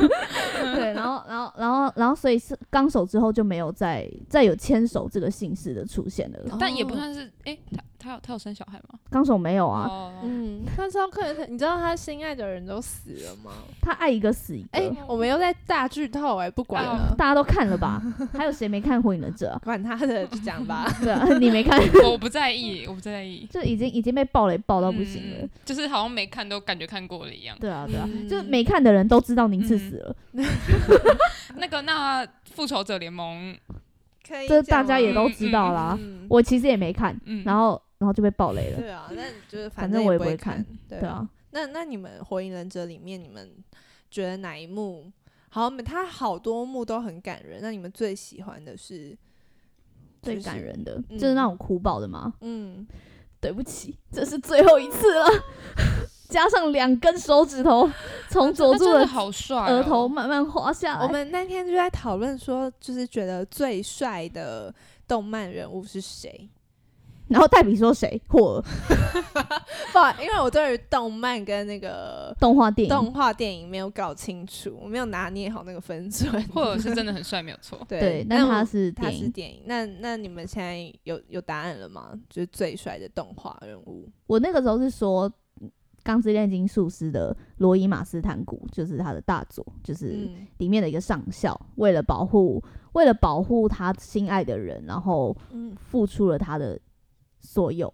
[SPEAKER 3] 对，然后然后然后然后所以是纲手之后就没有再再有牵手这个姓氏的出现了，
[SPEAKER 2] 但也不算是诶，他他有他有生小孩吗？
[SPEAKER 3] 纲手没有哦啊，
[SPEAKER 2] 哦，
[SPEAKER 1] 嗯，他知道客人，你知道他心爱的人都死了吗？
[SPEAKER 3] 他爱一个死一个，
[SPEAKER 1] 哎、我们又在大剧透哎、不管
[SPEAKER 2] 哦
[SPEAKER 1] 了，
[SPEAKER 3] 大家都看 了吧？还有谁没看《火影忍者》啊？
[SPEAKER 1] 管他的，就讲 吧。
[SPEAKER 3] 对啊， 你没看，
[SPEAKER 2] 我不在意，我不在 意，
[SPEAKER 3] 就已经已经被暴雷暴到不行了。
[SPEAKER 2] 嗯，就是好像没看都感觉看过了一样。
[SPEAKER 3] 对啊，对啊，
[SPEAKER 1] 嗯
[SPEAKER 3] 就是没看的人都知道宁次
[SPEAKER 2] 嗯
[SPEAKER 3] 死了，
[SPEAKER 2] 那个那复仇者联盟，
[SPEAKER 1] 可以
[SPEAKER 3] 这
[SPEAKER 1] 讲
[SPEAKER 3] 大家也
[SPEAKER 2] 啊
[SPEAKER 1] 吗
[SPEAKER 3] 都啊知道啦。
[SPEAKER 1] 嗯
[SPEAKER 3] 我其实也没看，
[SPEAKER 2] 嗯，
[SPEAKER 3] 然后然后就被爆雷了。
[SPEAKER 1] 对啊，那你就是
[SPEAKER 3] 反
[SPEAKER 1] 反
[SPEAKER 3] 正
[SPEAKER 1] 正
[SPEAKER 3] 我也
[SPEAKER 1] 不
[SPEAKER 3] 不会
[SPEAKER 1] 会
[SPEAKER 3] 看，
[SPEAKER 1] 对
[SPEAKER 3] 对啊，
[SPEAKER 1] 那那你们《火影忍者》里面，你们觉得哪一幕好？它好多幕都很感人。那你们最喜欢的是？
[SPEAKER 3] 最
[SPEAKER 1] 就是
[SPEAKER 3] 感人的、
[SPEAKER 1] 嗯
[SPEAKER 3] 就是那种哭爆的嘛。
[SPEAKER 1] 嗯，
[SPEAKER 3] 对不起，这是最后一次了。 加上两根手指头从佐
[SPEAKER 2] 他
[SPEAKER 3] 助
[SPEAKER 2] 真的
[SPEAKER 3] 的
[SPEAKER 2] 好帅、哦，
[SPEAKER 3] 额头慢慢滑下
[SPEAKER 1] 我
[SPEAKER 3] 来。
[SPEAKER 1] 们那天就在讨论说，就是觉得最帅的动漫人物是谁？
[SPEAKER 3] 然后黛比说谁？霍尔
[SPEAKER 1] 不好，因为我对于动漫跟那个
[SPEAKER 3] 动画电影
[SPEAKER 1] 动画电影没有搞清楚，我没有拿捏好那个分寸。。
[SPEAKER 2] 或者是真的很帅，没有错
[SPEAKER 1] 对
[SPEAKER 3] 对，
[SPEAKER 1] 那
[SPEAKER 3] 但他
[SPEAKER 1] 我
[SPEAKER 3] 是
[SPEAKER 1] 他
[SPEAKER 3] 电
[SPEAKER 1] 是
[SPEAKER 3] 影，
[SPEAKER 1] 电影。那那你们现在有有答案了吗？就是最帅的动画人物。
[SPEAKER 3] 我那个时候是说《钢之炼金术师》的罗伊马斯坦古，就是他的大佐，就是
[SPEAKER 1] 嗯，
[SPEAKER 3] 里面的一个上校，为了保护为了保护他心爱的人，然后
[SPEAKER 1] 嗯
[SPEAKER 3] 付出了他的所有，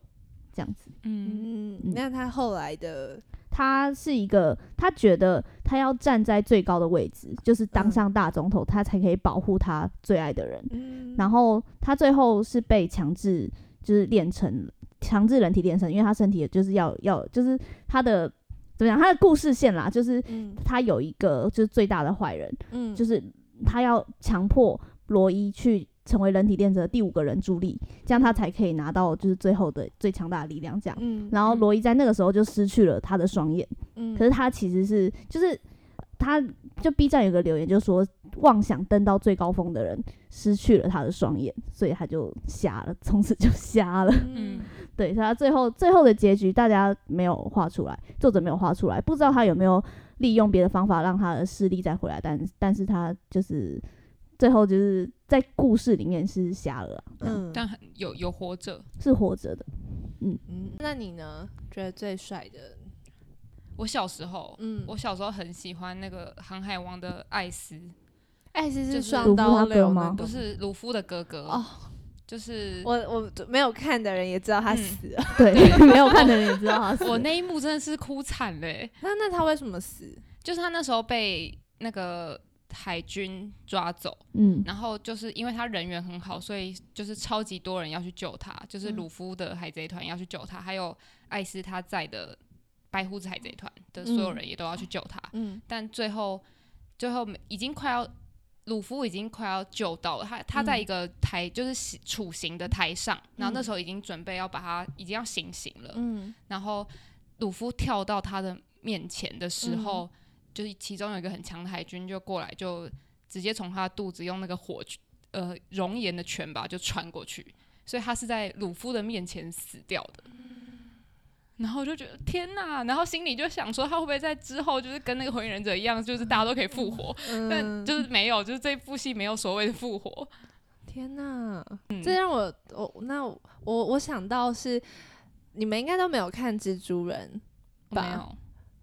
[SPEAKER 3] 这样子。
[SPEAKER 2] 嗯，
[SPEAKER 1] 嗯，
[SPEAKER 3] 嗯
[SPEAKER 1] 那他后来的
[SPEAKER 3] 他是一个，他觉得他要站在最高的位置，就是当
[SPEAKER 1] 嗯
[SPEAKER 3] 上大总统，他才可以保护他最爱的人。
[SPEAKER 1] 嗯，
[SPEAKER 3] 然后他最后是被强制就是练成强制人体练成，因为他身体也就是要要就是他的怎么讲，他的故事线啦，就是
[SPEAKER 1] 嗯
[SPEAKER 3] 他有一个就是最大的坏人，
[SPEAKER 1] 嗯，
[SPEAKER 3] 就是是他要强迫罗伊去成为人体练成的第五个人助力，这样他才可以拿到就是最后的最强大的力量这样。
[SPEAKER 1] 嗯，
[SPEAKER 3] 然后罗伊在那个时候就失去了他的双眼，
[SPEAKER 1] 嗯
[SPEAKER 3] 可是他其实是就是他就 B 站有个留言就说，妄想登到最高峰的人失去了他的双眼，所以他就瞎了，从此就瞎了。
[SPEAKER 1] 嗯
[SPEAKER 2] 嗯
[SPEAKER 3] 对，所以他最后最后的结局大家没有画出来，作者没有画出来，不知道他有没有利用别的方法让他的视力再回来，但但是他就是最后就是在故事里面是瞎了啊、这样
[SPEAKER 1] 嗯
[SPEAKER 2] 但很有有活着。
[SPEAKER 3] 是活着的。
[SPEAKER 1] 嗯，那你呢？觉得最帅的？
[SPEAKER 2] 我小时候，
[SPEAKER 1] 嗯，
[SPEAKER 2] 我小时候很喜欢那个《航海王》的艾斯，
[SPEAKER 3] 嗯
[SPEAKER 1] 艾希
[SPEAKER 2] 就是是
[SPEAKER 1] 双
[SPEAKER 3] 鲁夫
[SPEAKER 1] 刀
[SPEAKER 3] 他哥
[SPEAKER 1] 流
[SPEAKER 3] 吗
[SPEAKER 1] 那个
[SPEAKER 2] 不是鲁夫的哥哥
[SPEAKER 1] 哦，
[SPEAKER 3] 哦
[SPEAKER 2] 就是
[SPEAKER 1] 我我没有看的人也知道
[SPEAKER 2] 嗯
[SPEAKER 1] 他死 了，
[SPEAKER 3] 对，没有看的人也知道他死了
[SPEAKER 2] 我那一幕真的是哭惨嘞、
[SPEAKER 1] 那那他为什么死？
[SPEAKER 2] 就是他那时候被那个海军抓走，
[SPEAKER 3] 嗯
[SPEAKER 2] 然后就是因为他人缘很好，所以就是超级多人要去救他，就是
[SPEAKER 1] 嗯
[SPEAKER 2] 鲁夫的海贼团要去救他，还有艾斯他在的白胡子海贼团的所有人也都要去救他，
[SPEAKER 1] 嗯
[SPEAKER 2] 但最后最后已经快要。鲁夫已经快要救到了，
[SPEAKER 1] 嗯
[SPEAKER 2] 他他在一个台、就是刑处刑的台上，然后那时候已经准备要把他已经要行刑了，
[SPEAKER 1] 嗯
[SPEAKER 2] 然后鲁夫跳到他的面前的时候，
[SPEAKER 1] 嗯
[SPEAKER 2] 就是其中有一个很强的海军就过来，就直接从他的肚子用那个火拳呃熔岩的拳吧就穿过去，所以他是在鲁夫的面前死掉的。然后我就觉得天哪，然后心里就想说他会不会在之后就是跟那个火影忍者一样，就是大家都可以复活，但
[SPEAKER 1] 嗯，
[SPEAKER 2] 就是没有，就是这部戏没有所谓的复活。
[SPEAKER 1] 天哪，
[SPEAKER 2] 嗯
[SPEAKER 1] 这让我我那我我想到是你们应该都没有看蜘蛛人，
[SPEAKER 2] 没
[SPEAKER 1] 吧
[SPEAKER 2] 有，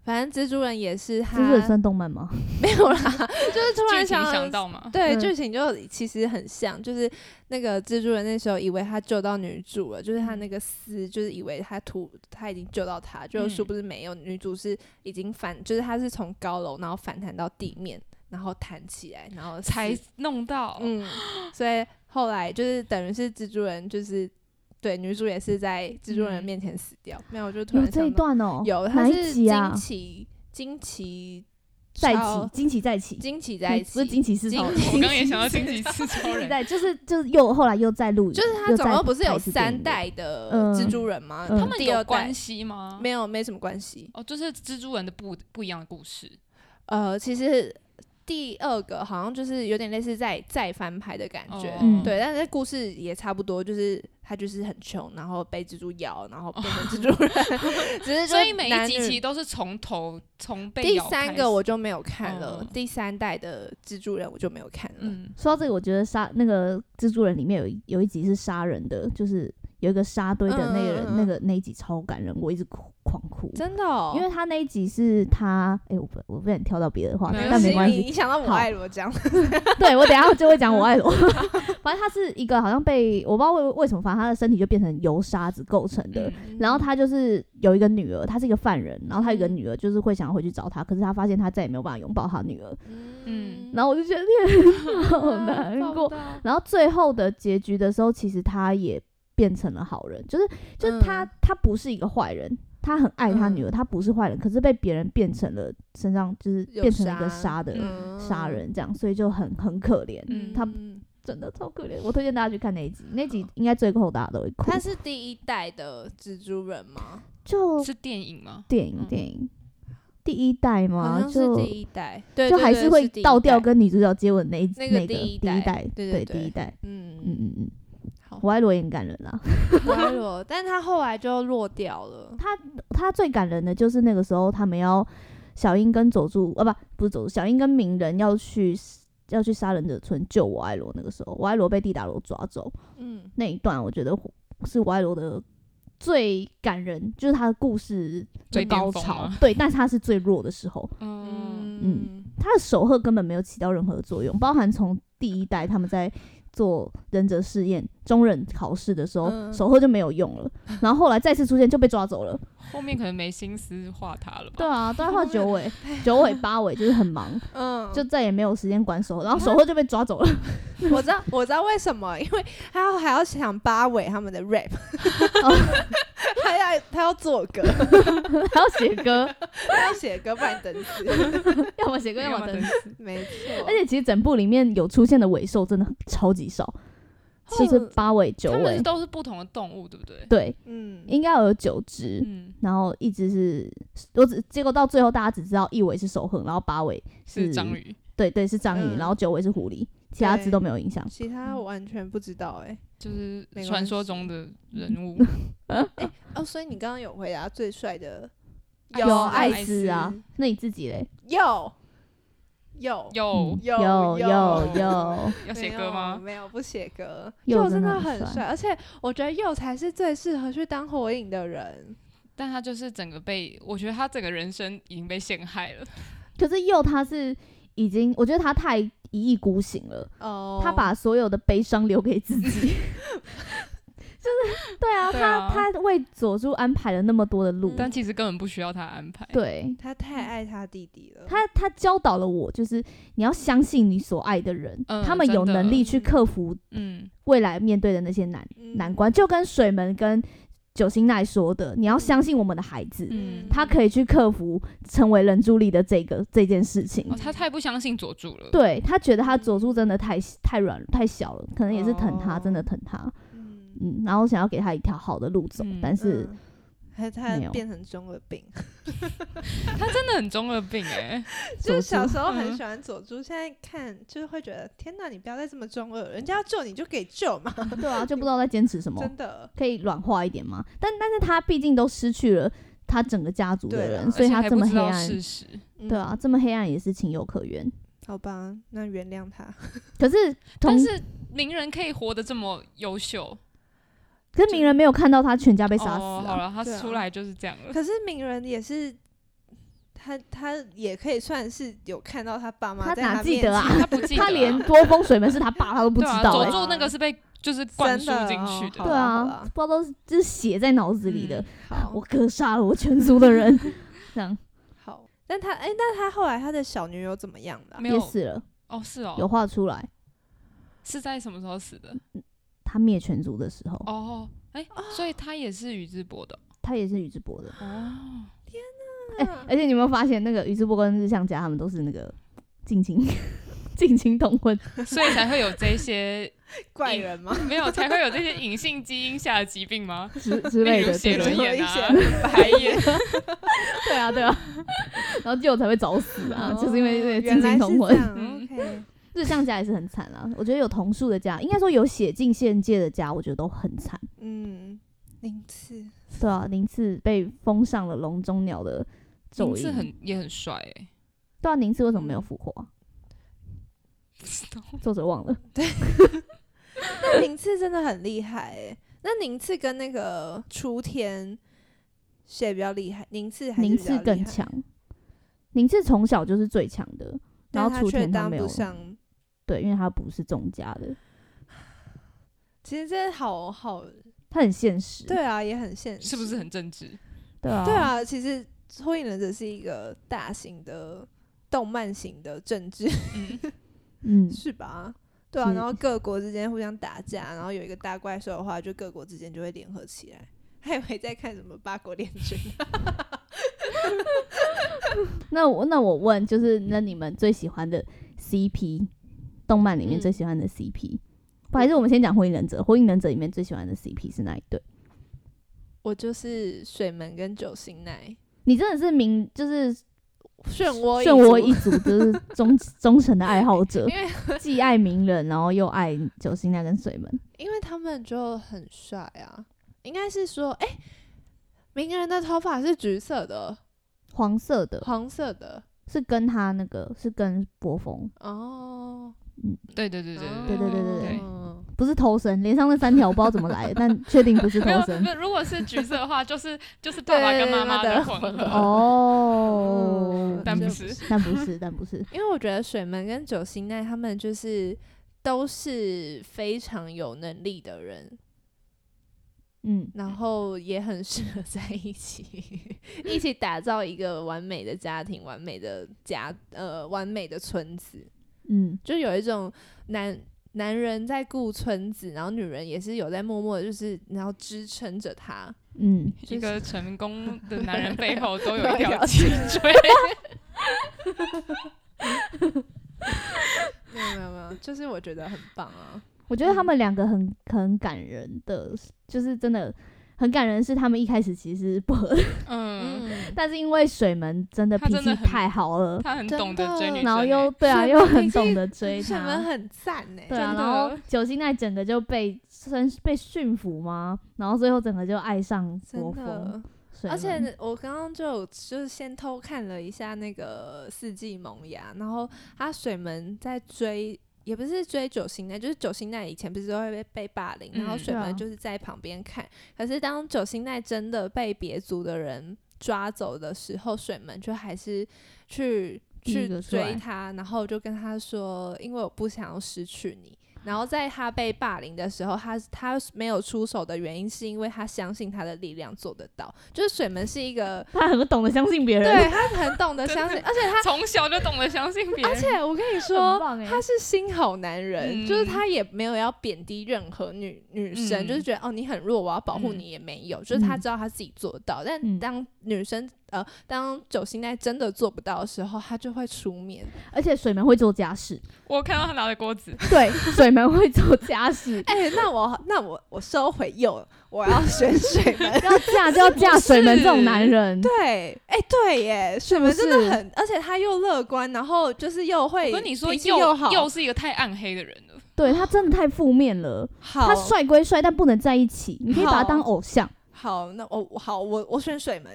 [SPEAKER 1] 反正蜘蛛人也是他
[SPEAKER 3] 这是算动漫吗？
[SPEAKER 1] 没有啦，就是突
[SPEAKER 2] 剧
[SPEAKER 1] 然
[SPEAKER 2] 情想
[SPEAKER 1] 想
[SPEAKER 2] 到吗？
[SPEAKER 1] 对，
[SPEAKER 3] 嗯
[SPEAKER 1] 剧情就其实很像，就是那个蜘蛛人那时候以为他救到女主了，就是他
[SPEAKER 3] 嗯
[SPEAKER 1] 那个丝，就是以为他突他已经救到她，就
[SPEAKER 2] 嗯
[SPEAKER 1] 殊不知没有，女主是已经反，就是她是从高楼然后反弹到地面，然后弹起来，然后
[SPEAKER 2] 才
[SPEAKER 1] 丝
[SPEAKER 2] 弄到，
[SPEAKER 1] 嗯，所以后来就是等于是蜘蛛人就是对女主也是在蜘蛛人
[SPEAKER 2] 嗯
[SPEAKER 1] 面前死掉，没有，我就突
[SPEAKER 3] 有
[SPEAKER 1] 然
[SPEAKER 3] 这
[SPEAKER 1] 想
[SPEAKER 3] 一
[SPEAKER 1] 到
[SPEAKER 3] 段哦，
[SPEAKER 1] 有，他
[SPEAKER 3] 哪
[SPEAKER 1] 是
[SPEAKER 3] 一集啊
[SPEAKER 1] 惊？奇惊奇
[SPEAKER 3] 在
[SPEAKER 1] 超
[SPEAKER 3] 起，惊奇在起，
[SPEAKER 1] 惊奇在一
[SPEAKER 3] 不是
[SPEAKER 1] 起
[SPEAKER 3] 惊。奇四超
[SPEAKER 1] 惊
[SPEAKER 3] 人，
[SPEAKER 1] 奇
[SPEAKER 2] 我刚刚也想到惊奇 四超
[SPEAKER 3] 惊奇
[SPEAKER 2] 人，
[SPEAKER 3] 在就是就是又后来又再录，
[SPEAKER 1] 就是它
[SPEAKER 3] 又
[SPEAKER 1] 总
[SPEAKER 3] 再
[SPEAKER 1] 共不是有
[SPEAKER 3] 拍一次电
[SPEAKER 1] 三
[SPEAKER 3] 影
[SPEAKER 1] 代的
[SPEAKER 3] 嗯
[SPEAKER 1] 蜘蛛人吗？
[SPEAKER 3] 嗯
[SPEAKER 2] 他们
[SPEAKER 1] 第二
[SPEAKER 2] 有
[SPEAKER 1] 代
[SPEAKER 2] 关系吗？
[SPEAKER 1] 没有，没什么关系。
[SPEAKER 2] 哦，就是蜘蛛人的不不一样的故事。
[SPEAKER 1] 呃，其实第二个好像就是有点类似再再翻拍的
[SPEAKER 2] 哦
[SPEAKER 1] 感觉，
[SPEAKER 3] 嗯
[SPEAKER 1] 对，但是故事也差不多，就是他就是很穷，然后被蜘蛛咬，然后变成蜘蛛人，只是就
[SPEAKER 2] 所以每一
[SPEAKER 1] 男
[SPEAKER 2] 集
[SPEAKER 1] 女
[SPEAKER 2] 其实都是从头从被
[SPEAKER 1] 第
[SPEAKER 2] 咬开
[SPEAKER 1] 三个我就没有看了，
[SPEAKER 2] 嗯
[SPEAKER 1] 第三代的蜘蛛人我就没有看了。
[SPEAKER 2] 嗯
[SPEAKER 3] 说到这个，我觉得杀那个蜘蛛人里面有一有一集是杀人的，就是有一个沙堆的那个
[SPEAKER 1] 嗯
[SPEAKER 3] 人，
[SPEAKER 1] 嗯嗯嗯
[SPEAKER 3] 那个那一集超感人，我一直哭狂哭，
[SPEAKER 1] 真的、哦，
[SPEAKER 3] 因为他那一集是他，哎、我不我不想跳到别的话题，
[SPEAKER 2] 没
[SPEAKER 3] 但没关
[SPEAKER 1] 你
[SPEAKER 3] 系，
[SPEAKER 1] 你想到我
[SPEAKER 3] 好
[SPEAKER 1] 爱罗这样，
[SPEAKER 3] 对我等一下就会讲我爱 罗，反正他是一个好像被我不知道为为什么，反正他的身体就变成由沙子构成的，
[SPEAKER 2] 嗯
[SPEAKER 3] 然后他就是有一个女儿，他是一个犯人，然后他有一个
[SPEAKER 1] 嗯
[SPEAKER 3] 女儿，就是会想要回去找他，可是他发现他再也没有办法拥抱他女儿，
[SPEAKER 2] 嗯
[SPEAKER 3] 然后我就觉得 天啊好 难过。然后最后的结局的时候，其实他也变成了好人，就是就是他、
[SPEAKER 1] 嗯
[SPEAKER 3] 他不是一个坏人，他很爱他女儿，他不是坏人，可是被别人变成了身上就是
[SPEAKER 1] 有
[SPEAKER 3] 变成了一个
[SPEAKER 1] 杀
[SPEAKER 3] 杀的
[SPEAKER 2] 嗯
[SPEAKER 3] 杀人这样，所以就很很可怜。
[SPEAKER 2] 嗯
[SPEAKER 3] 他真的超可怜。我推荐大家去看那一集，那集应该最后大家都会哭
[SPEAKER 1] 他。哦是第一代的蜘蛛人吗？
[SPEAKER 3] 就是
[SPEAKER 2] 电影吗？
[SPEAKER 3] 电影
[SPEAKER 2] 嗯
[SPEAKER 3] 电影第一代
[SPEAKER 1] 好
[SPEAKER 3] 嘛，
[SPEAKER 1] 像是
[SPEAKER 3] 就
[SPEAKER 1] 第一代，对，
[SPEAKER 3] 就
[SPEAKER 1] 对
[SPEAKER 3] 还
[SPEAKER 1] 对
[SPEAKER 3] 是会
[SPEAKER 1] 第一
[SPEAKER 3] 倒掉
[SPEAKER 1] 代
[SPEAKER 3] 跟女主角接吻那一
[SPEAKER 1] 那个第
[SPEAKER 3] 个第
[SPEAKER 1] 一
[SPEAKER 3] 一
[SPEAKER 1] 代
[SPEAKER 3] 代，
[SPEAKER 1] 对对
[SPEAKER 3] 第一代，
[SPEAKER 1] 嗯
[SPEAKER 3] 嗯嗯嗯，
[SPEAKER 1] 好
[SPEAKER 3] 我爱罗也很感人啊啦。
[SPEAKER 1] 歪了，但他后来就落掉了。
[SPEAKER 3] 他最感人的就是那个时候他们要小樱跟佐助啊，不不是佐助，小樱跟鸣人要去要去杀人者村救我爱罗。那个时候我爱罗被地达罗抓走
[SPEAKER 1] 嗯，
[SPEAKER 3] 那一段，我觉得是我爱罗的最感人，就是他的故事的
[SPEAKER 2] 最巅
[SPEAKER 3] 高
[SPEAKER 1] 哦
[SPEAKER 2] 峰
[SPEAKER 3] 潮
[SPEAKER 2] 吗。
[SPEAKER 3] 对，但是他是最弱的时候，
[SPEAKER 2] 嗯，
[SPEAKER 1] 嗯，
[SPEAKER 3] 他的守鹤根本没有起到任何作用，包含从第一代他们在做忍者试验、中忍考试的时候，
[SPEAKER 1] 嗯
[SPEAKER 3] 守鹤就没有用 了。然后后来再次出现就被抓走了。
[SPEAKER 2] 后面可能没心思画他了吧？
[SPEAKER 3] 对 啊，都在画九尾、九尾、八尾，就是很 忙，
[SPEAKER 1] 嗯，
[SPEAKER 3] 就再也没有时间管守鹤，然后守鹤就被抓走了。嗯
[SPEAKER 1] 我知道，我知道为什么，因为他要还要想八尾他们的 rap，
[SPEAKER 3] 哦
[SPEAKER 1] 他要他要做歌，
[SPEAKER 3] 还要写歌，
[SPEAKER 1] 他要写歌，不然等死。
[SPEAKER 3] 要么写歌，要么等。
[SPEAKER 2] 死。
[SPEAKER 1] 没错，
[SPEAKER 3] 而且其实整部里面有出现的尾兽真的超级少，就是八尾、九
[SPEAKER 2] 他们
[SPEAKER 3] 尾，
[SPEAKER 2] 都是不同的动物，对不对？
[SPEAKER 3] 对，
[SPEAKER 1] 嗯，
[SPEAKER 3] 应该有九只。
[SPEAKER 2] 嗯，
[SPEAKER 3] 然后一直是，我只结果到最后大家只知道一尾是守恒，然后八尾
[SPEAKER 2] 是章，鱼。
[SPEAKER 3] 对对是章鱼，
[SPEAKER 1] 嗯
[SPEAKER 3] 然后九尾是狐狸，其他只都没有影响。
[SPEAKER 1] 其他我完全不知道哎、
[SPEAKER 2] 就是
[SPEAKER 1] 没关系嗯
[SPEAKER 2] 传说中的人 物，
[SPEAKER 1] 哦，所以你刚刚有回答最帅的
[SPEAKER 2] 有
[SPEAKER 1] 有
[SPEAKER 2] 艾
[SPEAKER 1] 艾
[SPEAKER 2] 斯
[SPEAKER 3] 斯啊，那你自己嘞？
[SPEAKER 1] 有有
[SPEAKER 2] 哦有
[SPEAKER 1] 有
[SPEAKER 3] 有有
[SPEAKER 1] 有
[SPEAKER 3] 有，
[SPEAKER 2] 要写歌吗？
[SPEAKER 1] 没有，没有不写歌。
[SPEAKER 3] 佑
[SPEAKER 1] 佑
[SPEAKER 3] 真
[SPEAKER 1] 真
[SPEAKER 3] 的
[SPEAKER 1] 的
[SPEAKER 3] 很
[SPEAKER 1] 很
[SPEAKER 3] 帅
[SPEAKER 1] 帅，而且我觉得佑才是最适合去当火影的人。
[SPEAKER 2] 但他就是整个被，我觉得他整个人生已经被陷害了。
[SPEAKER 3] 可是佑他是已经，我觉得他太一意孤行了，
[SPEAKER 1] 哦
[SPEAKER 3] 他把所有的悲伤留给 自己。就是对啊，
[SPEAKER 2] 对
[SPEAKER 3] 他
[SPEAKER 2] 啊
[SPEAKER 3] 他为佐助安排了那么多的路，
[SPEAKER 2] 但其实根本不需要他安排。，
[SPEAKER 3] 对
[SPEAKER 1] 他太爱他弟弟了。
[SPEAKER 3] 嗯他他教导了我，就是你要相信你所爱的人，
[SPEAKER 2] 嗯
[SPEAKER 3] 他们有
[SPEAKER 2] 真的
[SPEAKER 3] 能力去克服
[SPEAKER 2] 嗯，
[SPEAKER 3] 未来面对的那些难
[SPEAKER 1] 嗯
[SPEAKER 3] 难关，就跟水门跟九星奈说的，你要相信我们的孩子，
[SPEAKER 2] 嗯
[SPEAKER 3] 他可以去克服成为人助力的这个这件事情。
[SPEAKER 2] 哦，他太不相信佐助了。，
[SPEAKER 3] 嗯对他觉得他佐助真的太太软太小了，可能也是疼他，
[SPEAKER 2] 哦
[SPEAKER 3] 真的疼他，
[SPEAKER 1] 嗯
[SPEAKER 3] 嗯，然后想要给他一条好的路走，
[SPEAKER 2] 嗯
[SPEAKER 3] 但是
[SPEAKER 1] 嗯他他
[SPEAKER 3] 没有
[SPEAKER 1] 变成中二病，
[SPEAKER 2] 他真的很中二病哎、
[SPEAKER 1] 就是
[SPEAKER 3] 佐
[SPEAKER 1] 小
[SPEAKER 3] 助
[SPEAKER 1] 时候很
[SPEAKER 2] 嗯
[SPEAKER 1] 喜欢佐助，现在看就是会觉得天哪，你不要再这么中二了，人家要救你就给救嘛，
[SPEAKER 3] 对啊，就不知道在坚持 什么，
[SPEAKER 1] 真的。
[SPEAKER 3] 可以软化一点吗？但但是他毕竟都失去了他整个家族的
[SPEAKER 1] 对啊
[SPEAKER 3] 人，所以
[SPEAKER 2] 而且
[SPEAKER 3] 他
[SPEAKER 2] 还
[SPEAKER 3] 这
[SPEAKER 2] 不
[SPEAKER 3] 么
[SPEAKER 2] 知
[SPEAKER 3] 黑
[SPEAKER 2] 道
[SPEAKER 3] 暗，
[SPEAKER 2] 事实。
[SPEAKER 1] 嗯
[SPEAKER 3] 对啊，，这么黑暗也是情有可原。
[SPEAKER 1] 好吧，那原谅他。
[SPEAKER 3] 可是同
[SPEAKER 2] 但是鸣人可以活得这么优秀，
[SPEAKER 3] 可是鸣人没有看到他全家被杀死
[SPEAKER 2] 哦。好
[SPEAKER 3] 啊，
[SPEAKER 2] 了，他
[SPEAKER 1] 对啊
[SPEAKER 2] 出来就是这样 了。
[SPEAKER 1] 可是鸣人也是。他他也可以算是有看到他爸妈
[SPEAKER 3] 他
[SPEAKER 1] 在
[SPEAKER 3] 哪
[SPEAKER 1] 他
[SPEAKER 3] 记
[SPEAKER 1] 面
[SPEAKER 3] 得
[SPEAKER 1] 前
[SPEAKER 3] 啊
[SPEAKER 2] 他不记得啊、
[SPEAKER 3] 他连多风水门是他爸他都不知
[SPEAKER 2] 对啊
[SPEAKER 3] 道
[SPEAKER 2] 佐
[SPEAKER 3] 哎、
[SPEAKER 1] 欸
[SPEAKER 2] 助那个是被就是灌输
[SPEAKER 1] 真的
[SPEAKER 2] 进去
[SPEAKER 1] 哦
[SPEAKER 2] 的。
[SPEAKER 3] 对
[SPEAKER 1] 好
[SPEAKER 3] 啊
[SPEAKER 1] 啦，
[SPEAKER 3] 不知道都是就是写在脑子里的。
[SPEAKER 1] 嗯好
[SPEAKER 3] 我哥杀了我全族的人， 这样
[SPEAKER 1] 好，但他哎、那他后来他的小女友怎么样了啊？
[SPEAKER 2] 没
[SPEAKER 3] 也
[SPEAKER 2] 有
[SPEAKER 3] 死了，
[SPEAKER 2] 哦，是
[SPEAKER 3] 有
[SPEAKER 2] 哦，
[SPEAKER 3] 画出来。
[SPEAKER 2] 是在什么时候死的？
[SPEAKER 3] 他灭全族的时候，
[SPEAKER 2] 哦，哎、
[SPEAKER 1] 啊
[SPEAKER 2] 所以他也是宇智波的
[SPEAKER 3] 他也是宇智波的。
[SPEAKER 2] 哦，
[SPEAKER 3] 哎、
[SPEAKER 1] 嗯
[SPEAKER 3] 而且你有没有发现，那个宇智波跟日向家他们都是那个近亲 近亲同婚？
[SPEAKER 2] 所以才会有这些
[SPEAKER 1] 怪人吗？
[SPEAKER 2] 没有才会有这些隐性基因下的疾病吗？
[SPEAKER 3] 之之类
[SPEAKER 2] 例
[SPEAKER 3] 的，
[SPEAKER 2] 如写
[SPEAKER 3] 对
[SPEAKER 2] 轮
[SPEAKER 1] 轮
[SPEAKER 2] 眼
[SPEAKER 1] 眼
[SPEAKER 2] 啊
[SPEAKER 1] 啊、
[SPEAKER 2] 白眼，
[SPEAKER 3] 对啊对啊，然后就才会早死 啊，
[SPEAKER 1] 哦
[SPEAKER 3] 就是因为这个
[SPEAKER 1] 原
[SPEAKER 3] 近
[SPEAKER 1] 来是
[SPEAKER 3] 亲同
[SPEAKER 1] 这
[SPEAKER 3] 婚。
[SPEAKER 1] 样
[SPEAKER 2] 嗯
[SPEAKER 1] OK，
[SPEAKER 3] 日向家也是很惨啊，我觉得有同树的家，应该说有写进县界的家，我觉得都很惨。
[SPEAKER 1] 嗯，零次
[SPEAKER 3] 对啊，宁次被封上了笼中鸟的咒
[SPEAKER 2] 名字
[SPEAKER 3] 印，
[SPEAKER 2] 很也很帅哎、
[SPEAKER 3] 对啊，宁次为什么没
[SPEAKER 1] 嗯
[SPEAKER 3] 有复活啊、作者忘了，
[SPEAKER 1] 那零次真的很厉害哎、那宁次跟那个雏田谁比较厉害？宁次还是
[SPEAKER 3] 宁
[SPEAKER 1] 比较
[SPEAKER 3] 次
[SPEAKER 1] 厉
[SPEAKER 3] 更
[SPEAKER 1] 害，
[SPEAKER 3] 强。宁次从小就是最强的，
[SPEAKER 1] 但
[SPEAKER 3] 然后
[SPEAKER 1] 他
[SPEAKER 3] 雏
[SPEAKER 1] 却
[SPEAKER 3] 田他
[SPEAKER 1] 当
[SPEAKER 3] 没有
[SPEAKER 1] 不，上。
[SPEAKER 3] 对，因为他不是众家的，
[SPEAKER 1] 其实这好好，
[SPEAKER 3] 他很现实，
[SPEAKER 1] 对啊，也很现实，
[SPEAKER 2] 是不是？很正直？
[SPEAKER 3] 对啊，
[SPEAKER 1] 对，啊，其实《火影忍者》是一个大型的动漫型的政治
[SPEAKER 2] 嗯，
[SPEAKER 3] 嗯，
[SPEAKER 1] 是吧？对啊，
[SPEAKER 3] 是
[SPEAKER 1] 然后各国之间互相打架，然后有一个大怪兽的话，就各国之间就会联合起来。 还以为在看什么八国联军，啊
[SPEAKER 3] 那我那我问，就是那你们最喜欢的 CP，动漫里面
[SPEAKER 1] 嗯
[SPEAKER 3] 最喜欢的 CP，、不还是我们先讲《火影忍者》，《火影忍者》里面最喜欢的 CP 是哪一对？
[SPEAKER 1] 我就是水门跟九星奈
[SPEAKER 3] 你真的是明就是
[SPEAKER 1] 漩涡
[SPEAKER 3] 漩涡
[SPEAKER 1] 一
[SPEAKER 3] 一
[SPEAKER 1] 族
[SPEAKER 3] 族，就是忠忠诚的爱好者
[SPEAKER 1] 因，为
[SPEAKER 3] 既爱鸣人，然后又爱九星那跟水门。
[SPEAKER 1] 因为他们就很帅啊，应该是说，哎、鸣人的头发是橘色的，
[SPEAKER 3] 黄色的
[SPEAKER 1] 黄色的
[SPEAKER 3] 是跟他那个是跟波峰，
[SPEAKER 1] 哦，
[SPEAKER 2] 对对对对
[SPEAKER 1] 哦
[SPEAKER 3] 对对对对对
[SPEAKER 1] 嗯
[SPEAKER 3] 不是偷生，脸上那三条我不知道怎么来的，但确定不是偷
[SPEAKER 2] 没有，
[SPEAKER 3] 生
[SPEAKER 2] 没。有如果是橘色的话，就是就是爸爸跟妈妈
[SPEAKER 1] 对
[SPEAKER 2] 的
[SPEAKER 1] 对对
[SPEAKER 2] 混
[SPEAKER 1] 对
[SPEAKER 2] 合。
[SPEAKER 3] 哦
[SPEAKER 1] 嗯，
[SPEAKER 2] 但不，
[SPEAKER 1] 就是
[SPEAKER 3] 但不是，但不是，
[SPEAKER 1] 因为我觉得水门跟九星奈他们就是都是非常有能力的人，
[SPEAKER 3] 嗯，
[SPEAKER 1] 然后也很适合 在一起，一起打造一个完美的家庭、完美的家呃完美的村子，
[SPEAKER 3] 嗯，
[SPEAKER 1] 就有一种男男人在顾村子，然后女人也是有在默默的就是然后支撑着他，
[SPEAKER 3] 嗯，
[SPEAKER 2] 一个成功的男人背后都有
[SPEAKER 1] 有
[SPEAKER 2] 一
[SPEAKER 1] 一条
[SPEAKER 2] 条脊椎。
[SPEAKER 1] 没有没有没有，就是我觉得很棒啊，
[SPEAKER 3] 我觉得他们两个很很感人的，就是真的很感人，是他们一开始其实不合，
[SPEAKER 2] 嗯，
[SPEAKER 1] 嗯，
[SPEAKER 3] 但是因为水门真的
[SPEAKER 2] 他
[SPEAKER 3] 脾
[SPEAKER 2] 真
[SPEAKER 3] 气
[SPEAKER 2] 的很
[SPEAKER 3] 太好了，
[SPEAKER 2] 他很
[SPEAKER 1] 真
[SPEAKER 2] 懂得追
[SPEAKER 1] 的
[SPEAKER 2] 女生欸，
[SPEAKER 3] 然后又对啊，
[SPEAKER 1] 水门
[SPEAKER 3] 又很
[SPEAKER 1] 脾气
[SPEAKER 3] 懂得追
[SPEAKER 1] 水门
[SPEAKER 3] 他。
[SPEAKER 1] 很赞欸呢、
[SPEAKER 3] 对啊，
[SPEAKER 2] 真的
[SPEAKER 3] 然后九星奈整个就被身被驯服嘛，然后最后整个就爱上
[SPEAKER 1] 真
[SPEAKER 3] 国
[SPEAKER 1] 的
[SPEAKER 3] 风，。水
[SPEAKER 1] 而
[SPEAKER 3] 门
[SPEAKER 1] 且我刚刚就有就是先偷看了一下那个四季萌芽，然后他水门在追，也不是追九星奈，就是九星奈以前不是都会被被霸凌，
[SPEAKER 2] 嗯
[SPEAKER 1] 然后水
[SPEAKER 3] 对啊
[SPEAKER 1] 门就是在旁边看。可是当九星奈真的被别族的人抓走的时候，水门就还是去
[SPEAKER 3] 第一
[SPEAKER 1] 去
[SPEAKER 3] 个出来
[SPEAKER 1] 追他，然后就跟他说，因为我不想要失去你。然后
[SPEAKER 3] 嗯
[SPEAKER 1] 在他被霸凌的时候，他他没有出手的原因是因为他相信他的力量做得到。就是水门是一个，
[SPEAKER 3] 他很懂得相信别人，
[SPEAKER 1] 对他很懂 得相信，而且他，
[SPEAKER 2] 从小就懂得相信别人。
[SPEAKER 1] 而且我跟你
[SPEAKER 3] 很
[SPEAKER 1] 说，
[SPEAKER 3] 棒哎，
[SPEAKER 1] 他是新好男人，
[SPEAKER 2] 嗯
[SPEAKER 1] 就是他也没有要贬低任何女女生，
[SPEAKER 2] 嗯
[SPEAKER 1] 就是觉得哦你很弱，我要保护你也没有，就是他知道他自己做得到，但
[SPEAKER 3] 嗯
[SPEAKER 1] 当女生呃当九星奈真的做不到的时候，他就会出面，，
[SPEAKER 3] 而且水门会做家事，
[SPEAKER 2] 我看到他拿着锅子，
[SPEAKER 3] 对，水门会做家事
[SPEAKER 1] 哎、那我那我我收回又我要选水 门。
[SPEAKER 3] 要嫁就要嫁水门这种男人，
[SPEAKER 1] 对，哎、对耶，水门
[SPEAKER 3] 是
[SPEAKER 1] 真的很，而且他又乐观，然后就是又会，
[SPEAKER 2] 我跟你说，
[SPEAKER 1] 脾气
[SPEAKER 2] 又
[SPEAKER 1] 好，
[SPEAKER 2] 又是一个太暗黑的人了。
[SPEAKER 3] 对他真的太负面了。
[SPEAKER 1] 好，
[SPEAKER 3] 他帅归帅，但不能在一起，你可以把他当偶像，
[SPEAKER 1] 好，那我我好，我我选水门。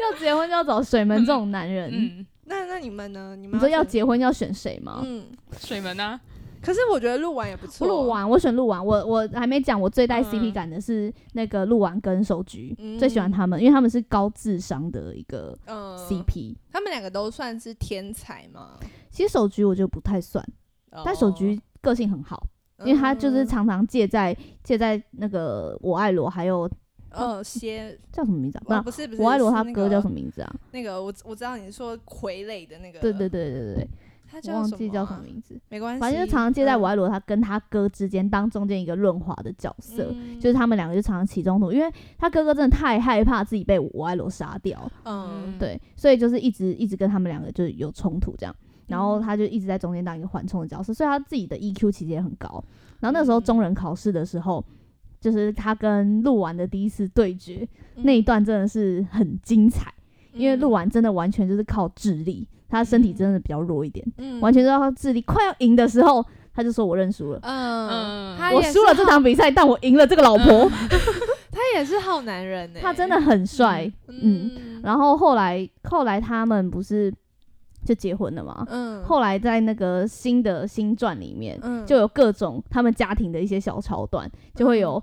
[SPEAKER 3] 要结婚就要找水门这种男人。
[SPEAKER 2] 嗯，
[SPEAKER 1] 那那你们呢？你们
[SPEAKER 3] 你说要
[SPEAKER 1] 选
[SPEAKER 3] 结婚要选谁吗？
[SPEAKER 1] 嗯，
[SPEAKER 2] 水门啊，
[SPEAKER 1] 可是我觉得录完也不错。
[SPEAKER 3] 鹿丸，我选鹿丸。我我还没讲，我最带
[SPEAKER 2] 嗯
[SPEAKER 3] CP 感的是那个鹿丸跟手菊，
[SPEAKER 1] 嗯
[SPEAKER 3] 最喜欢他们，因为他们是高智商的一个
[SPEAKER 1] 嗯
[SPEAKER 3] CP。
[SPEAKER 1] 他们两个都算是天才嘛。
[SPEAKER 3] 其实手菊我觉得不太算，但手菊个性很好，
[SPEAKER 1] 哦，
[SPEAKER 3] 因为他就是
[SPEAKER 1] 嗯
[SPEAKER 3] 常常借在借在那个我爱罗，还有
[SPEAKER 1] 呃些，
[SPEAKER 3] 叫什么名字啊？不知
[SPEAKER 1] 哦
[SPEAKER 3] 道
[SPEAKER 1] 不是不是，
[SPEAKER 3] 我爱罗
[SPEAKER 1] 是
[SPEAKER 3] 他
[SPEAKER 1] 那
[SPEAKER 3] 哥
[SPEAKER 1] 个
[SPEAKER 3] 叫什么名字啊？
[SPEAKER 1] 那个我我知道你说傀儡的那个，
[SPEAKER 3] 对对，对对对
[SPEAKER 1] 他
[SPEAKER 3] 对，
[SPEAKER 1] 叫
[SPEAKER 3] 我忘记
[SPEAKER 1] 啊嗯
[SPEAKER 3] 叫什么，名字。
[SPEAKER 1] 没关系，
[SPEAKER 3] 反正就常常借在我
[SPEAKER 1] 玩
[SPEAKER 3] 爱罗他跟他哥之间当中间一个润滑的角色，
[SPEAKER 1] 嗯
[SPEAKER 3] 就是他们两个就常常起冲突，因为他哥哥真的太害怕自己被我爱罗杀掉，
[SPEAKER 1] 嗯，
[SPEAKER 3] 对，所以就是一直一直跟他们两个就是有冲突这样，然
[SPEAKER 1] 嗯
[SPEAKER 3] 后他就一直在中间当一个缓冲的角色，所以他自己的 EQ 其实也很高。然后那时候
[SPEAKER 1] 嗯
[SPEAKER 3] 中人考试的时候，就是他跟鹿丸的第一次对决，
[SPEAKER 1] 嗯
[SPEAKER 3] 那一段真的是很精彩，因为鹿，
[SPEAKER 1] 玩
[SPEAKER 3] 丸真的完全就是靠智力，他身体真的比较弱一点，
[SPEAKER 1] 嗯
[SPEAKER 3] 完全是靠智力。快要赢的时候，他就说我认输了。
[SPEAKER 1] 嗯，
[SPEAKER 2] 嗯
[SPEAKER 1] 他
[SPEAKER 3] 我
[SPEAKER 1] 也
[SPEAKER 3] 输
[SPEAKER 1] 是嗯
[SPEAKER 3] 了这
[SPEAKER 1] 好，
[SPEAKER 3] 场比赛，但我赢了这个老婆，
[SPEAKER 1] 他也是好男人呢，
[SPEAKER 3] 他真的，很帅。
[SPEAKER 1] 嗯，
[SPEAKER 3] 然后后来后来他们不是就结婚了吗？
[SPEAKER 1] 嗯，
[SPEAKER 3] 后来在那个新的新传里面，
[SPEAKER 1] 嗯
[SPEAKER 3] 就有各种他们家庭的一些小桥段，就会有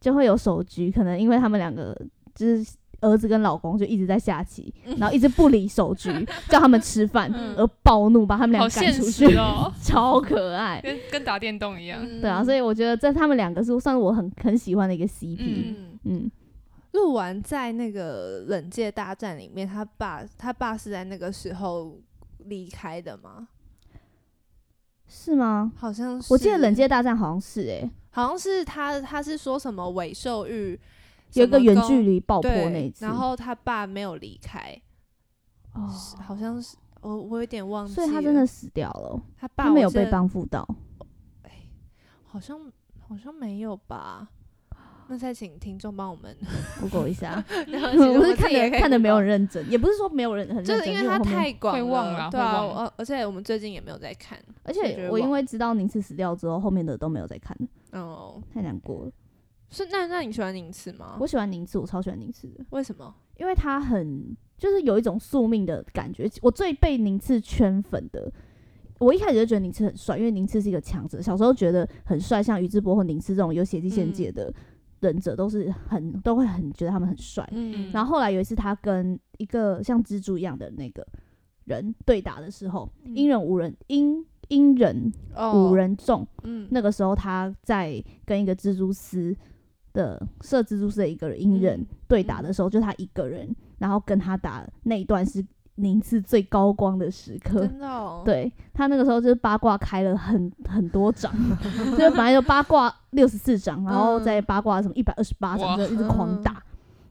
[SPEAKER 3] 就会有手局，可能因为他们两个就是儿子跟老公就一直在下棋，然后一直不理手局，叫他们吃饭，
[SPEAKER 2] 嗯
[SPEAKER 3] 而暴怒把他们俩
[SPEAKER 2] 好
[SPEAKER 3] 赶
[SPEAKER 2] 现
[SPEAKER 3] 出
[SPEAKER 2] 实
[SPEAKER 3] 去，
[SPEAKER 2] 哦， 嗯
[SPEAKER 3] 超可爱。
[SPEAKER 2] 跟跟打电动一样。
[SPEAKER 3] 对啊，所
[SPEAKER 1] 以
[SPEAKER 3] 以我觉得这他们两个是算是我很很喜欢的一个 CP，
[SPEAKER 1] 嗯。
[SPEAKER 3] 嗯
[SPEAKER 1] 鹿丸在那个冷界大战里面，他爸他爸是在那个时候离开的吗？
[SPEAKER 3] 是吗？
[SPEAKER 1] 好像是，
[SPEAKER 3] 我记得冷界大战好像是诶、欸
[SPEAKER 1] 好像是他他是说什么尾兽玉
[SPEAKER 3] 有一个
[SPEAKER 1] 什么
[SPEAKER 3] 远
[SPEAKER 1] 宫
[SPEAKER 3] 距离爆破
[SPEAKER 1] 对
[SPEAKER 3] 那一次，
[SPEAKER 1] 然后他爸没有离开，
[SPEAKER 3] 哦，
[SPEAKER 1] 好像是我我有点忘记了，
[SPEAKER 3] 所以他真的死掉了，哦
[SPEAKER 1] 他爸
[SPEAKER 3] 他没有
[SPEAKER 1] 我记得
[SPEAKER 3] 被，帮扶到。
[SPEAKER 1] 好像好像没有吧？那再请听众帮我 们，
[SPEAKER 3] Google 一下，
[SPEAKER 1] 然后其实
[SPEAKER 3] 我是
[SPEAKER 1] 自
[SPEAKER 3] 看
[SPEAKER 1] 己也
[SPEAKER 3] 的
[SPEAKER 1] 可以
[SPEAKER 3] 看的没有
[SPEAKER 1] Google，
[SPEAKER 3] 认真，也不是说没有人很认
[SPEAKER 1] 就
[SPEAKER 3] 真，
[SPEAKER 1] 是因为
[SPEAKER 3] 我
[SPEAKER 1] 它
[SPEAKER 3] 后面
[SPEAKER 1] 太广
[SPEAKER 2] 会忘了
[SPEAKER 1] 对
[SPEAKER 2] 会
[SPEAKER 1] 啊，
[SPEAKER 2] 忘
[SPEAKER 1] 我而且我们最近也没有在看，
[SPEAKER 3] 而
[SPEAKER 1] 所以觉
[SPEAKER 3] 且
[SPEAKER 1] 得
[SPEAKER 3] 我因
[SPEAKER 1] 忘
[SPEAKER 3] 为知道宁次死掉之后，后面的都没有再看了，
[SPEAKER 1] 哦，
[SPEAKER 3] 太难过了。
[SPEAKER 1] 是那那你喜欢宁次吗？
[SPEAKER 3] 我喜欢宁次，我超喜欢宁次的，
[SPEAKER 1] 为什么？
[SPEAKER 3] 因为他很就是有一种宿命的感觉。我最被宁次圈粉的，我一开始就觉得宁次很帅，因为宁次是一个强者，小时候觉得很帅，像宇智波或宁次这种有血迹限
[SPEAKER 1] 嗯
[SPEAKER 3] 界的忍者都是很都会很觉得他们很帅。
[SPEAKER 1] 嗯
[SPEAKER 3] 然后后来有一次，他跟一个像蜘蛛一样的那个人对打的时候，
[SPEAKER 1] 嗯
[SPEAKER 3] 阴人无人阴阴人
[SPEAKER 1] 哦，
[SPEAKER 3] 无人众，
[SPEAKER 1] 嗯，
[SPEAKER 3] 那个时候他在跟一个蜘蛛丝的射蜘蛛丝的一个阴人
[SPEAKER 1] 嗯
[SPEAKER 3] 对打的时候，就他一个人，然后跟他打那一段是宁次最高光的时
[SPEAKER 2] 嗯
[SPEAKER 3] 刻。
[SPEAKER 1] 真的哦，，
[SPEAKER 3] 对他那个时候就是八卦开了很很多 掌，就是本来就八卦六十四掌，然后
[SPEAKER 1] 嗯
[SPEAKER 3] 再八卦什么一百二十八掌，
[SPEAKER 2] 哇
[SPEAKER 3] 就一直狂打。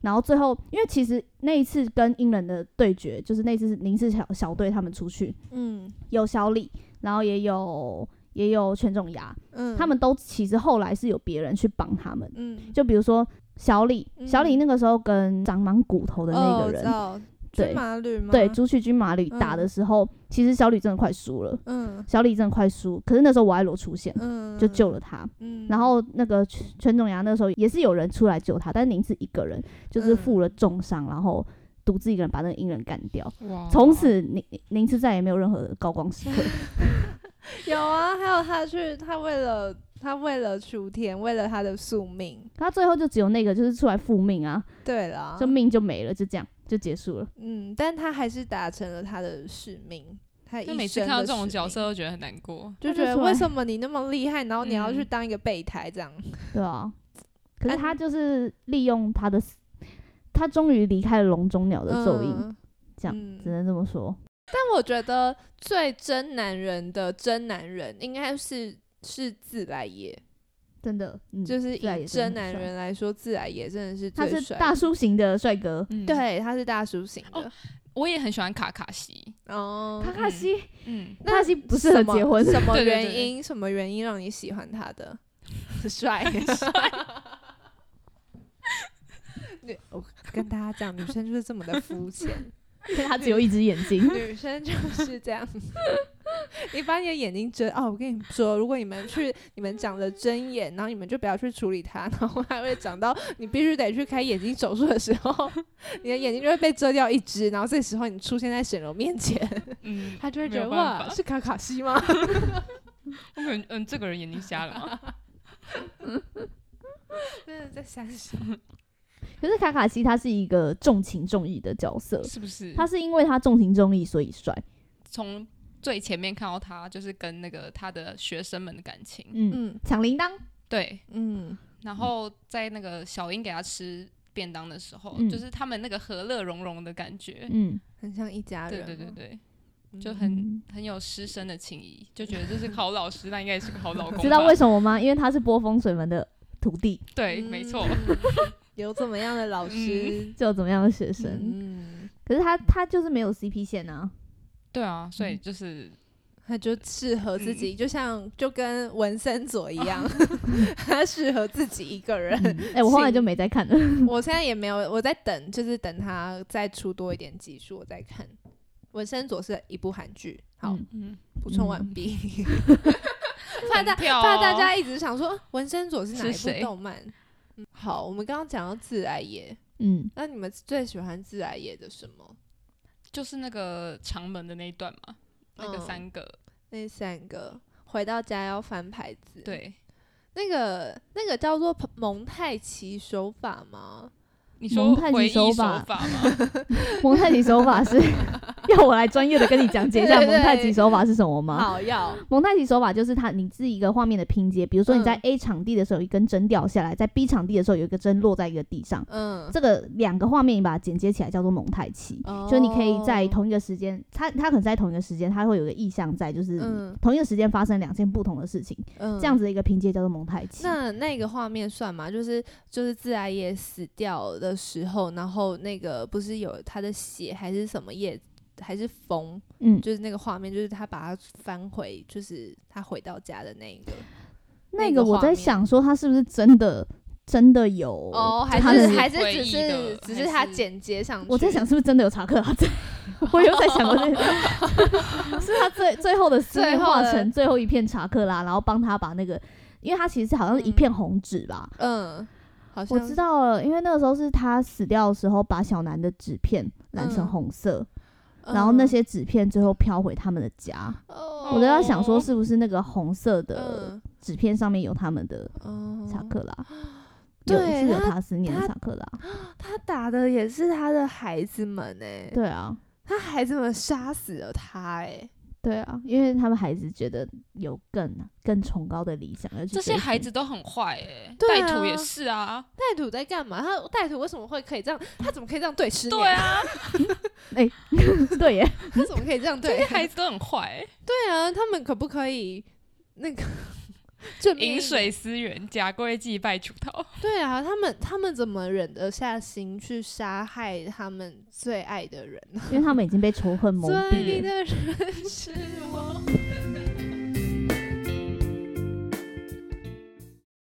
[SPEAKER 3] 然后最后，因为其实那一次跟阴人的对决，就是那次是宁次小小队他们出去，
[SPEAKER 1] 嗯
[SPEAKER 3] 有小李，然后也有也有全仲牙，
[SPEAKER 1] 嗯，
[SPEAKER 3] 他们都其实后来是有别人去帮他们，
[SPEAKER 1] 嗯，
[SPEAKER 3] 就比如说小李，
[SPEAKER 1] 嗯
[SPEAKER 3] 小李那个时候跟长满骨头的那
[SPEAKER 1] 哦
[SPEAKER 3] 个
[SPEAKER 1] 我
[SPEAKER 3] 人
[SPEAKER 1] 知，道
[SPEAKER 3] 对
[SPEAKER 1] 军马吕吗？
[SPEAKER 3] 对朱旭君马吕打的时候，其实小李真的快输了，
[SPEAKER 1] 嗯
[SPEAKER 3] 小李真的快输，可是那时候我爱罗出现，
[SPEAKER 1] 嗯，
[SPEAKER 3] 就救了他。
[SPEAKER 1] 嗯，
[SPEAKER 3] 然后那个全全种牙那时候也是有人出来救他，但是宁次一个人
[SPEAKER 1] 嗯
[SPEAKER 3] 就是负了重伤，然后独自一个人把那个阴人干掉。
[SPEAKER 1] 哦
[SPEAKER 2] 哇
[SPEAKER 3] 从此宁宁次再也没有任何的高光时 刻。
[SPEAKER 1] 有啊，还有他去，他为了他为了雏田，为了他的宿命，
[SPEAKER 3] 他最后就只有那个就是出来复命啊，
[SPEAKER 1] 对啦，
[SPEAKER 3] 就命就没了，就这样就结束了。
[SPEAKER 1] 嗯，但他还是达成了他的使命，他一
[SPEAKER 2] 就每次
[SPEAKER 1] 生
[SPEAKER 2] 看到
[SPEAKER 1] 的
[SPEAKER 2] 这种
[SPEAKER 1] 使
[SPEAKER 2] 角
[SPEAKER 1] 命
[SPEAKER 2] 色，都觉得很难过。
[SPEAKER 1] 就
[SPEAKER 3] 他
[SPEAKER 1] 觉
[SPEAKER 3] 就
[SPEAKER 1] 得
[SPEAKER 3] 出
[SPEAKER 1] 为
[SPEAKER 3] 来
[SPEAKER 1] 什么你那么厉害，然后你要去
[SPEAKER 2] 嗯
[SPEAKER 1] 当一个备胎这样？
[SPEAKER 3] 对啊，可是
[SPEAKER 1] 但
[SPEAKER 3] 他就是利用他的死，他终于离开了笼中鸟的咒印，
[SPEAKER 1] 嗯
[SPEAKER 3] 这样
[SPEAKER 1] 嗯
[SPEAKER 3] 只能这么说。
[SPEAKER 1] 但我觉得最真男人的真男人应该是是自来也，
[SPEAKER 3] 真的，嗯，
[SPEAKER 1] 就是
[SPEAKER 3] 自来
[SPEAKER 1] 以
[SPEAKER 3] 也真
[SPEAKER 1] 真
[SPEAKER 3] 的
[SPEAKER 1] 男
[SPEAKER 3] 很帅
[SPEAKER 1] 人来说，自来也真的是
[SPEAKER 3] 他
[SPEAKER 1] 最
[SPEAKER 3] 是
[SPEAKER 1] 帅
[SPEAKER 3] 大
[SPEAKER 1] 的。
[SPEAKER 3] 叔型的帅哥，
[SPEAKER 2] 嗯，，
[SPEAKER 1] 对，他是大叔型的
[SPEAKER 2] 哦我也很喜欢卡卡西。
[SPEAKER 1] 哦
[SPEAKER 3] 卡卡西，
[SPEAKER 2] 嗯，
[SPEAKER 3] 卡卡西不适合
[SPEAKER 1] 什么
[SPEAKER 3] 结婚，
[SPEAKER 1] 什么
[SPEAKER 2] 对对
[SPEAKER 1] 原
[SPEAKER 2] 对
[SPEAKER 1] 因？什么原因让你喜欢他 的？很帅，对，我跟大家讲，女生就是这么的肤浅，
[SPEAKER 3] 他只有一只眼 睛。
[SPEAKER 1] 女生就是这样。 你把你的眼睛睁哦，我跟你说，如果你们去，你们长了针眼，然后你们就不要去处理它，然后还会长到你必须得去开眼睛手术的时候， 你的眼睛就会被遮掉一只，然后这时候你出现在沈荣面前，
[SPEAKER 2] 嗯，
[SPEAKER 1] 他就会觉
[SPEAKER 2] 没有
[SPEAKER 1] 得
[SPEAKER 2] 办
[SPEAKER 1] 哇，
[SPEAKER 2] 法
[SPEAKER 1] 是卡卡西吗？
[SPEAKER 2] 我可能嗯，这个人眼睛瞎了啊。
[SPEAKER 1] 真的在想什
[SPEAKER 3] 可是卡卡西他是一个重情重义的角色，
[SPEAKER 2] 是不是？
[SPEAKER 3] 他是因为他重情重义所以帅，
[SPEAKER 2] 从最前面看到他，就是跟那个他的学生们的感情，
[SPEAKER 3] 嗯，
[SPEAKER 1] 嗯
[SPEAKER 3] 抢铃铛，
[SPEAKER 2] 对。
[SPEAKER 1] 嗯
[SPEAKER 2] 然后在那个小英给他吃便当的时候，
[SPEAKER 3] 嗯
[SPEAKER 2] 就是他们那个和乐融融的感觉，
[SPEAKER 3] 嗯，，
[SPEAKER 1] 很像一家
[SPEAKER 2] 对
[SPEAKER 1] 人。
[SPEAKER 2] 对对对，
[SPEAKER 1] 对
[SPEAKER 2] 就很
[SPEAKER 3] 嗯
[SPEAKER 2] 很有师生的情谊，就觉得这是个好老师，那应该也是个好老公吧。
[SPEAKER 3] 知道为什么吗？因为他是波风水门的徒弟，
[SPEAKER 2] 对，
[SPEAKER 1] 嗯
[SPEAKER 2] 没错，。 嗯
[SPEAKER 1] 有怎么样的老师？
[SPEAKER 3] 就有怎么样的学生，
[SPEAKER 1] 嗯，
[SPEAKER 3] 可是他他就是没有 CP 线啊，
[SPEAKER 2] 对啊，所以就是
[SPEAKER 1] 他
[SPEAKER 2] 嗯
[SPEAKER 1] 就适合自己，就像就跟文森佐一 样，他适合自己一个人。
[SPEAKER 3] 嗯哎、我后来就没再看了。
[SPEAKER 1] 我现在也没有，我在等，就是等他再出多一点集数，我再看。文森佐是一部韩剧，好，
[SPEAKER 3] 嗯
[SPEAKER 2] 嗯，
[SPEAKER 1] 补充完 毕。怕大
[SPEAKER 2] 很跳哦
[SPEAKER 1] 怕大家一直想说文森佐是哪一
[SPEAKER 2] 是
[SPEAKER 1] 部
[SPEAKER 2] 谁
[SPEAKER 1] 动漫？嗯好，我们刚刚讲到自来也，
[SPEAKER 3] 嗯，
[SPEAKER 1] 那你们最喜欢自来也的什么？
[SPEAKER 2] 就是那个长门的那一段嘛，那个
[SPEAKER 1] 嗯
[SPEAKER 2] 三个，
[SPEAKER 1] 那三个回到家要翻牌子，，
[SPEAKER 2] 对，
[SPEAKER 1] 那个那个叫做蒙太奇手法吗？
[SPEAKER 2] 你说
[SPEAKER 3] 蒙太奇
[SPEAKER 2] 回忆
[SPEAKER 3] 手
[SPEAKER 2] 手
[SPEAKER 3] 法
[SPEAKER 2] 法吗？
[SPEAKER 3] 蒙太奇手法 是要我来专业的跟你讲解一下
[SPEAKER 1] 对对
[SPEAKER 3] 蒙
[SPEAKER 1] 对
[SPEAKER 3] 太奇手法是什么吗？
[SPEAKER 1] 好要，
[SPEAKER 3] 蒙太奇手法就是它你自己一个画面的拼接，比如说你在
[SPEAKER 1] 嗯
[SPEAKER 3] A 场地的时候有一根针掉下来，在 B 场地的时候有一个针落在一个地上，
[SPEAKER 1] 嗯，哦
[SPEAKER 3] 这个两个画面你把它剪接起来叫做蒙太奇。就你可以在同一个时间，它它可能在同一个时间，它会有个意象在，就是
[SPEAKER 1] 嗯
[SPEAKER 3] 同一个时间发生两件不同的事情，
[SPEAKER 1] 嗯
[SPEAKER 3] 这样。子的一个拼接叫做蒙太奇。
[SPEAKER 1] 那那个画面算吗？就是就是自来也死掉的时候，然后那个不是有他的血还是什么叶还是风，
[SPEAKER 3] 嗯，
[SPEAKER 1] 就是那个画面，就是他把它翻回，就是他回到家的那一个。
[SPEAKER 3] 那
[SPEAKER 1] 个
[SPEAKER 3] 个我
[SPEAKER 1] 画
[SPEAKER 3] 在
[SPEAKER 1] 面
[SPEAKER 3] 想说，他是不是真的真的有？
[SPEAKER 1] 哦，还
[SPEAKER 3] 他
[SPEAKER 1] 是
[SPEAKER 2] 是
[SPEAKER 1] 还是
[SPEAKER 2] 回
[SPEAKER 1] 只
[SPEAKER 2] 忆
[SPEAKER 1] 是
[SPEAKER 2] 的
[SPEAKER 1] 只
[SPEAKER 2] 还
[SPEAKER 1] 是他
[SPEAKER 2] 是
[SPEAKER 1] 剪接上去。
[SPEAKER 3] 我在想，是不是真的有查 克拉在？我有在想过这个，是他最最后的思
[SPEAKER 1] 最
[SPEAKER 3] 念
[SPEAKER 1] 后
[SPEAKER 3] 化
[SPEAKER 1] 的
[SPEAKER 3] 成最后一片查克拉，然后帮他把那个，因为他其实好像是一片红纸吧。
[SPEAKER 1] 嗯，好像
[SPEAKER 3] 我知道了，因为那个时候是他死掉的时候，把小南的纸片染成
[SPEAKER 1] 嗯
[SPEAKER 3] 红色，
[SPEAKER 1] 嗯，
[SPEAKER 3] 然后那些纸片最后飘回他们的家。
[SPEAKER 1] 哦，
[SPEAKER 3] 我都要想说，是不是那个红色的
[SPEAKER 1] 嗯
[SPEAKER 3] 纸片上面有他们的
[SPEAKER 1] 哦，
[SPEAKER 3] 查克拉？有
[SPEAKER 1] 对
[SPEAKER 3] 是有
[SPEAKER 1] 他
[SPEAKER 3] 他思念的
[SPEAKER 1] 他
[SPEAKER 3] 查克拉。
[SPEAKER 1] 他打的也是他的孩子们哎，
[SPEAKER 3] 对啊，
[SPEAKER 1] 他孩子们杀死了他哎，
[SPEAKER 3] 对啊，因为他们孩子觉得有更更崇高的理想要去
[SPEAKER 2] 这些
[SPEAKER 3] 追
[SPEAKER 2] 孩
[SPEAKER 3] 寻
[SPEAKER 2] 子都很坏哎、
[SPEAKER 1] 对
[SPEAKER 2] 带
[SPEAKER 1] 啊
[SPEAKER 2] 土也是啊，
[SPEAKER 1] 带土在干嘛？他带土为什么会可以这样？他怎么可以这样对师娘？
[SPEAKER 2] 对，啊，
[SPEAKER 3] 对耶，
[SPEAKER 1] 他怎么可以这样
[SPEAKER 2] 这
[SPEAKER 1] 对
[SPEAKER 2] 些？孩子都很坏、
[SPEAKER 1] 对啊，他们可不可以那个 正面一
[SPEAKER 2] 饮
[SPEAKER 1] 点
[SPEAKER 2] 水思源，假贵祭拜楚桃。
[SPEAKER 1] 对啊，他们他们怎么忍得下心去杀害他们最爱的人？
[SPEAKER 3] 因为他们已经被仇恨蒙蔽
[SPEAKER 1] 最
[SPEAKER 3] 了。
[SPEAKER 1] 的人是我。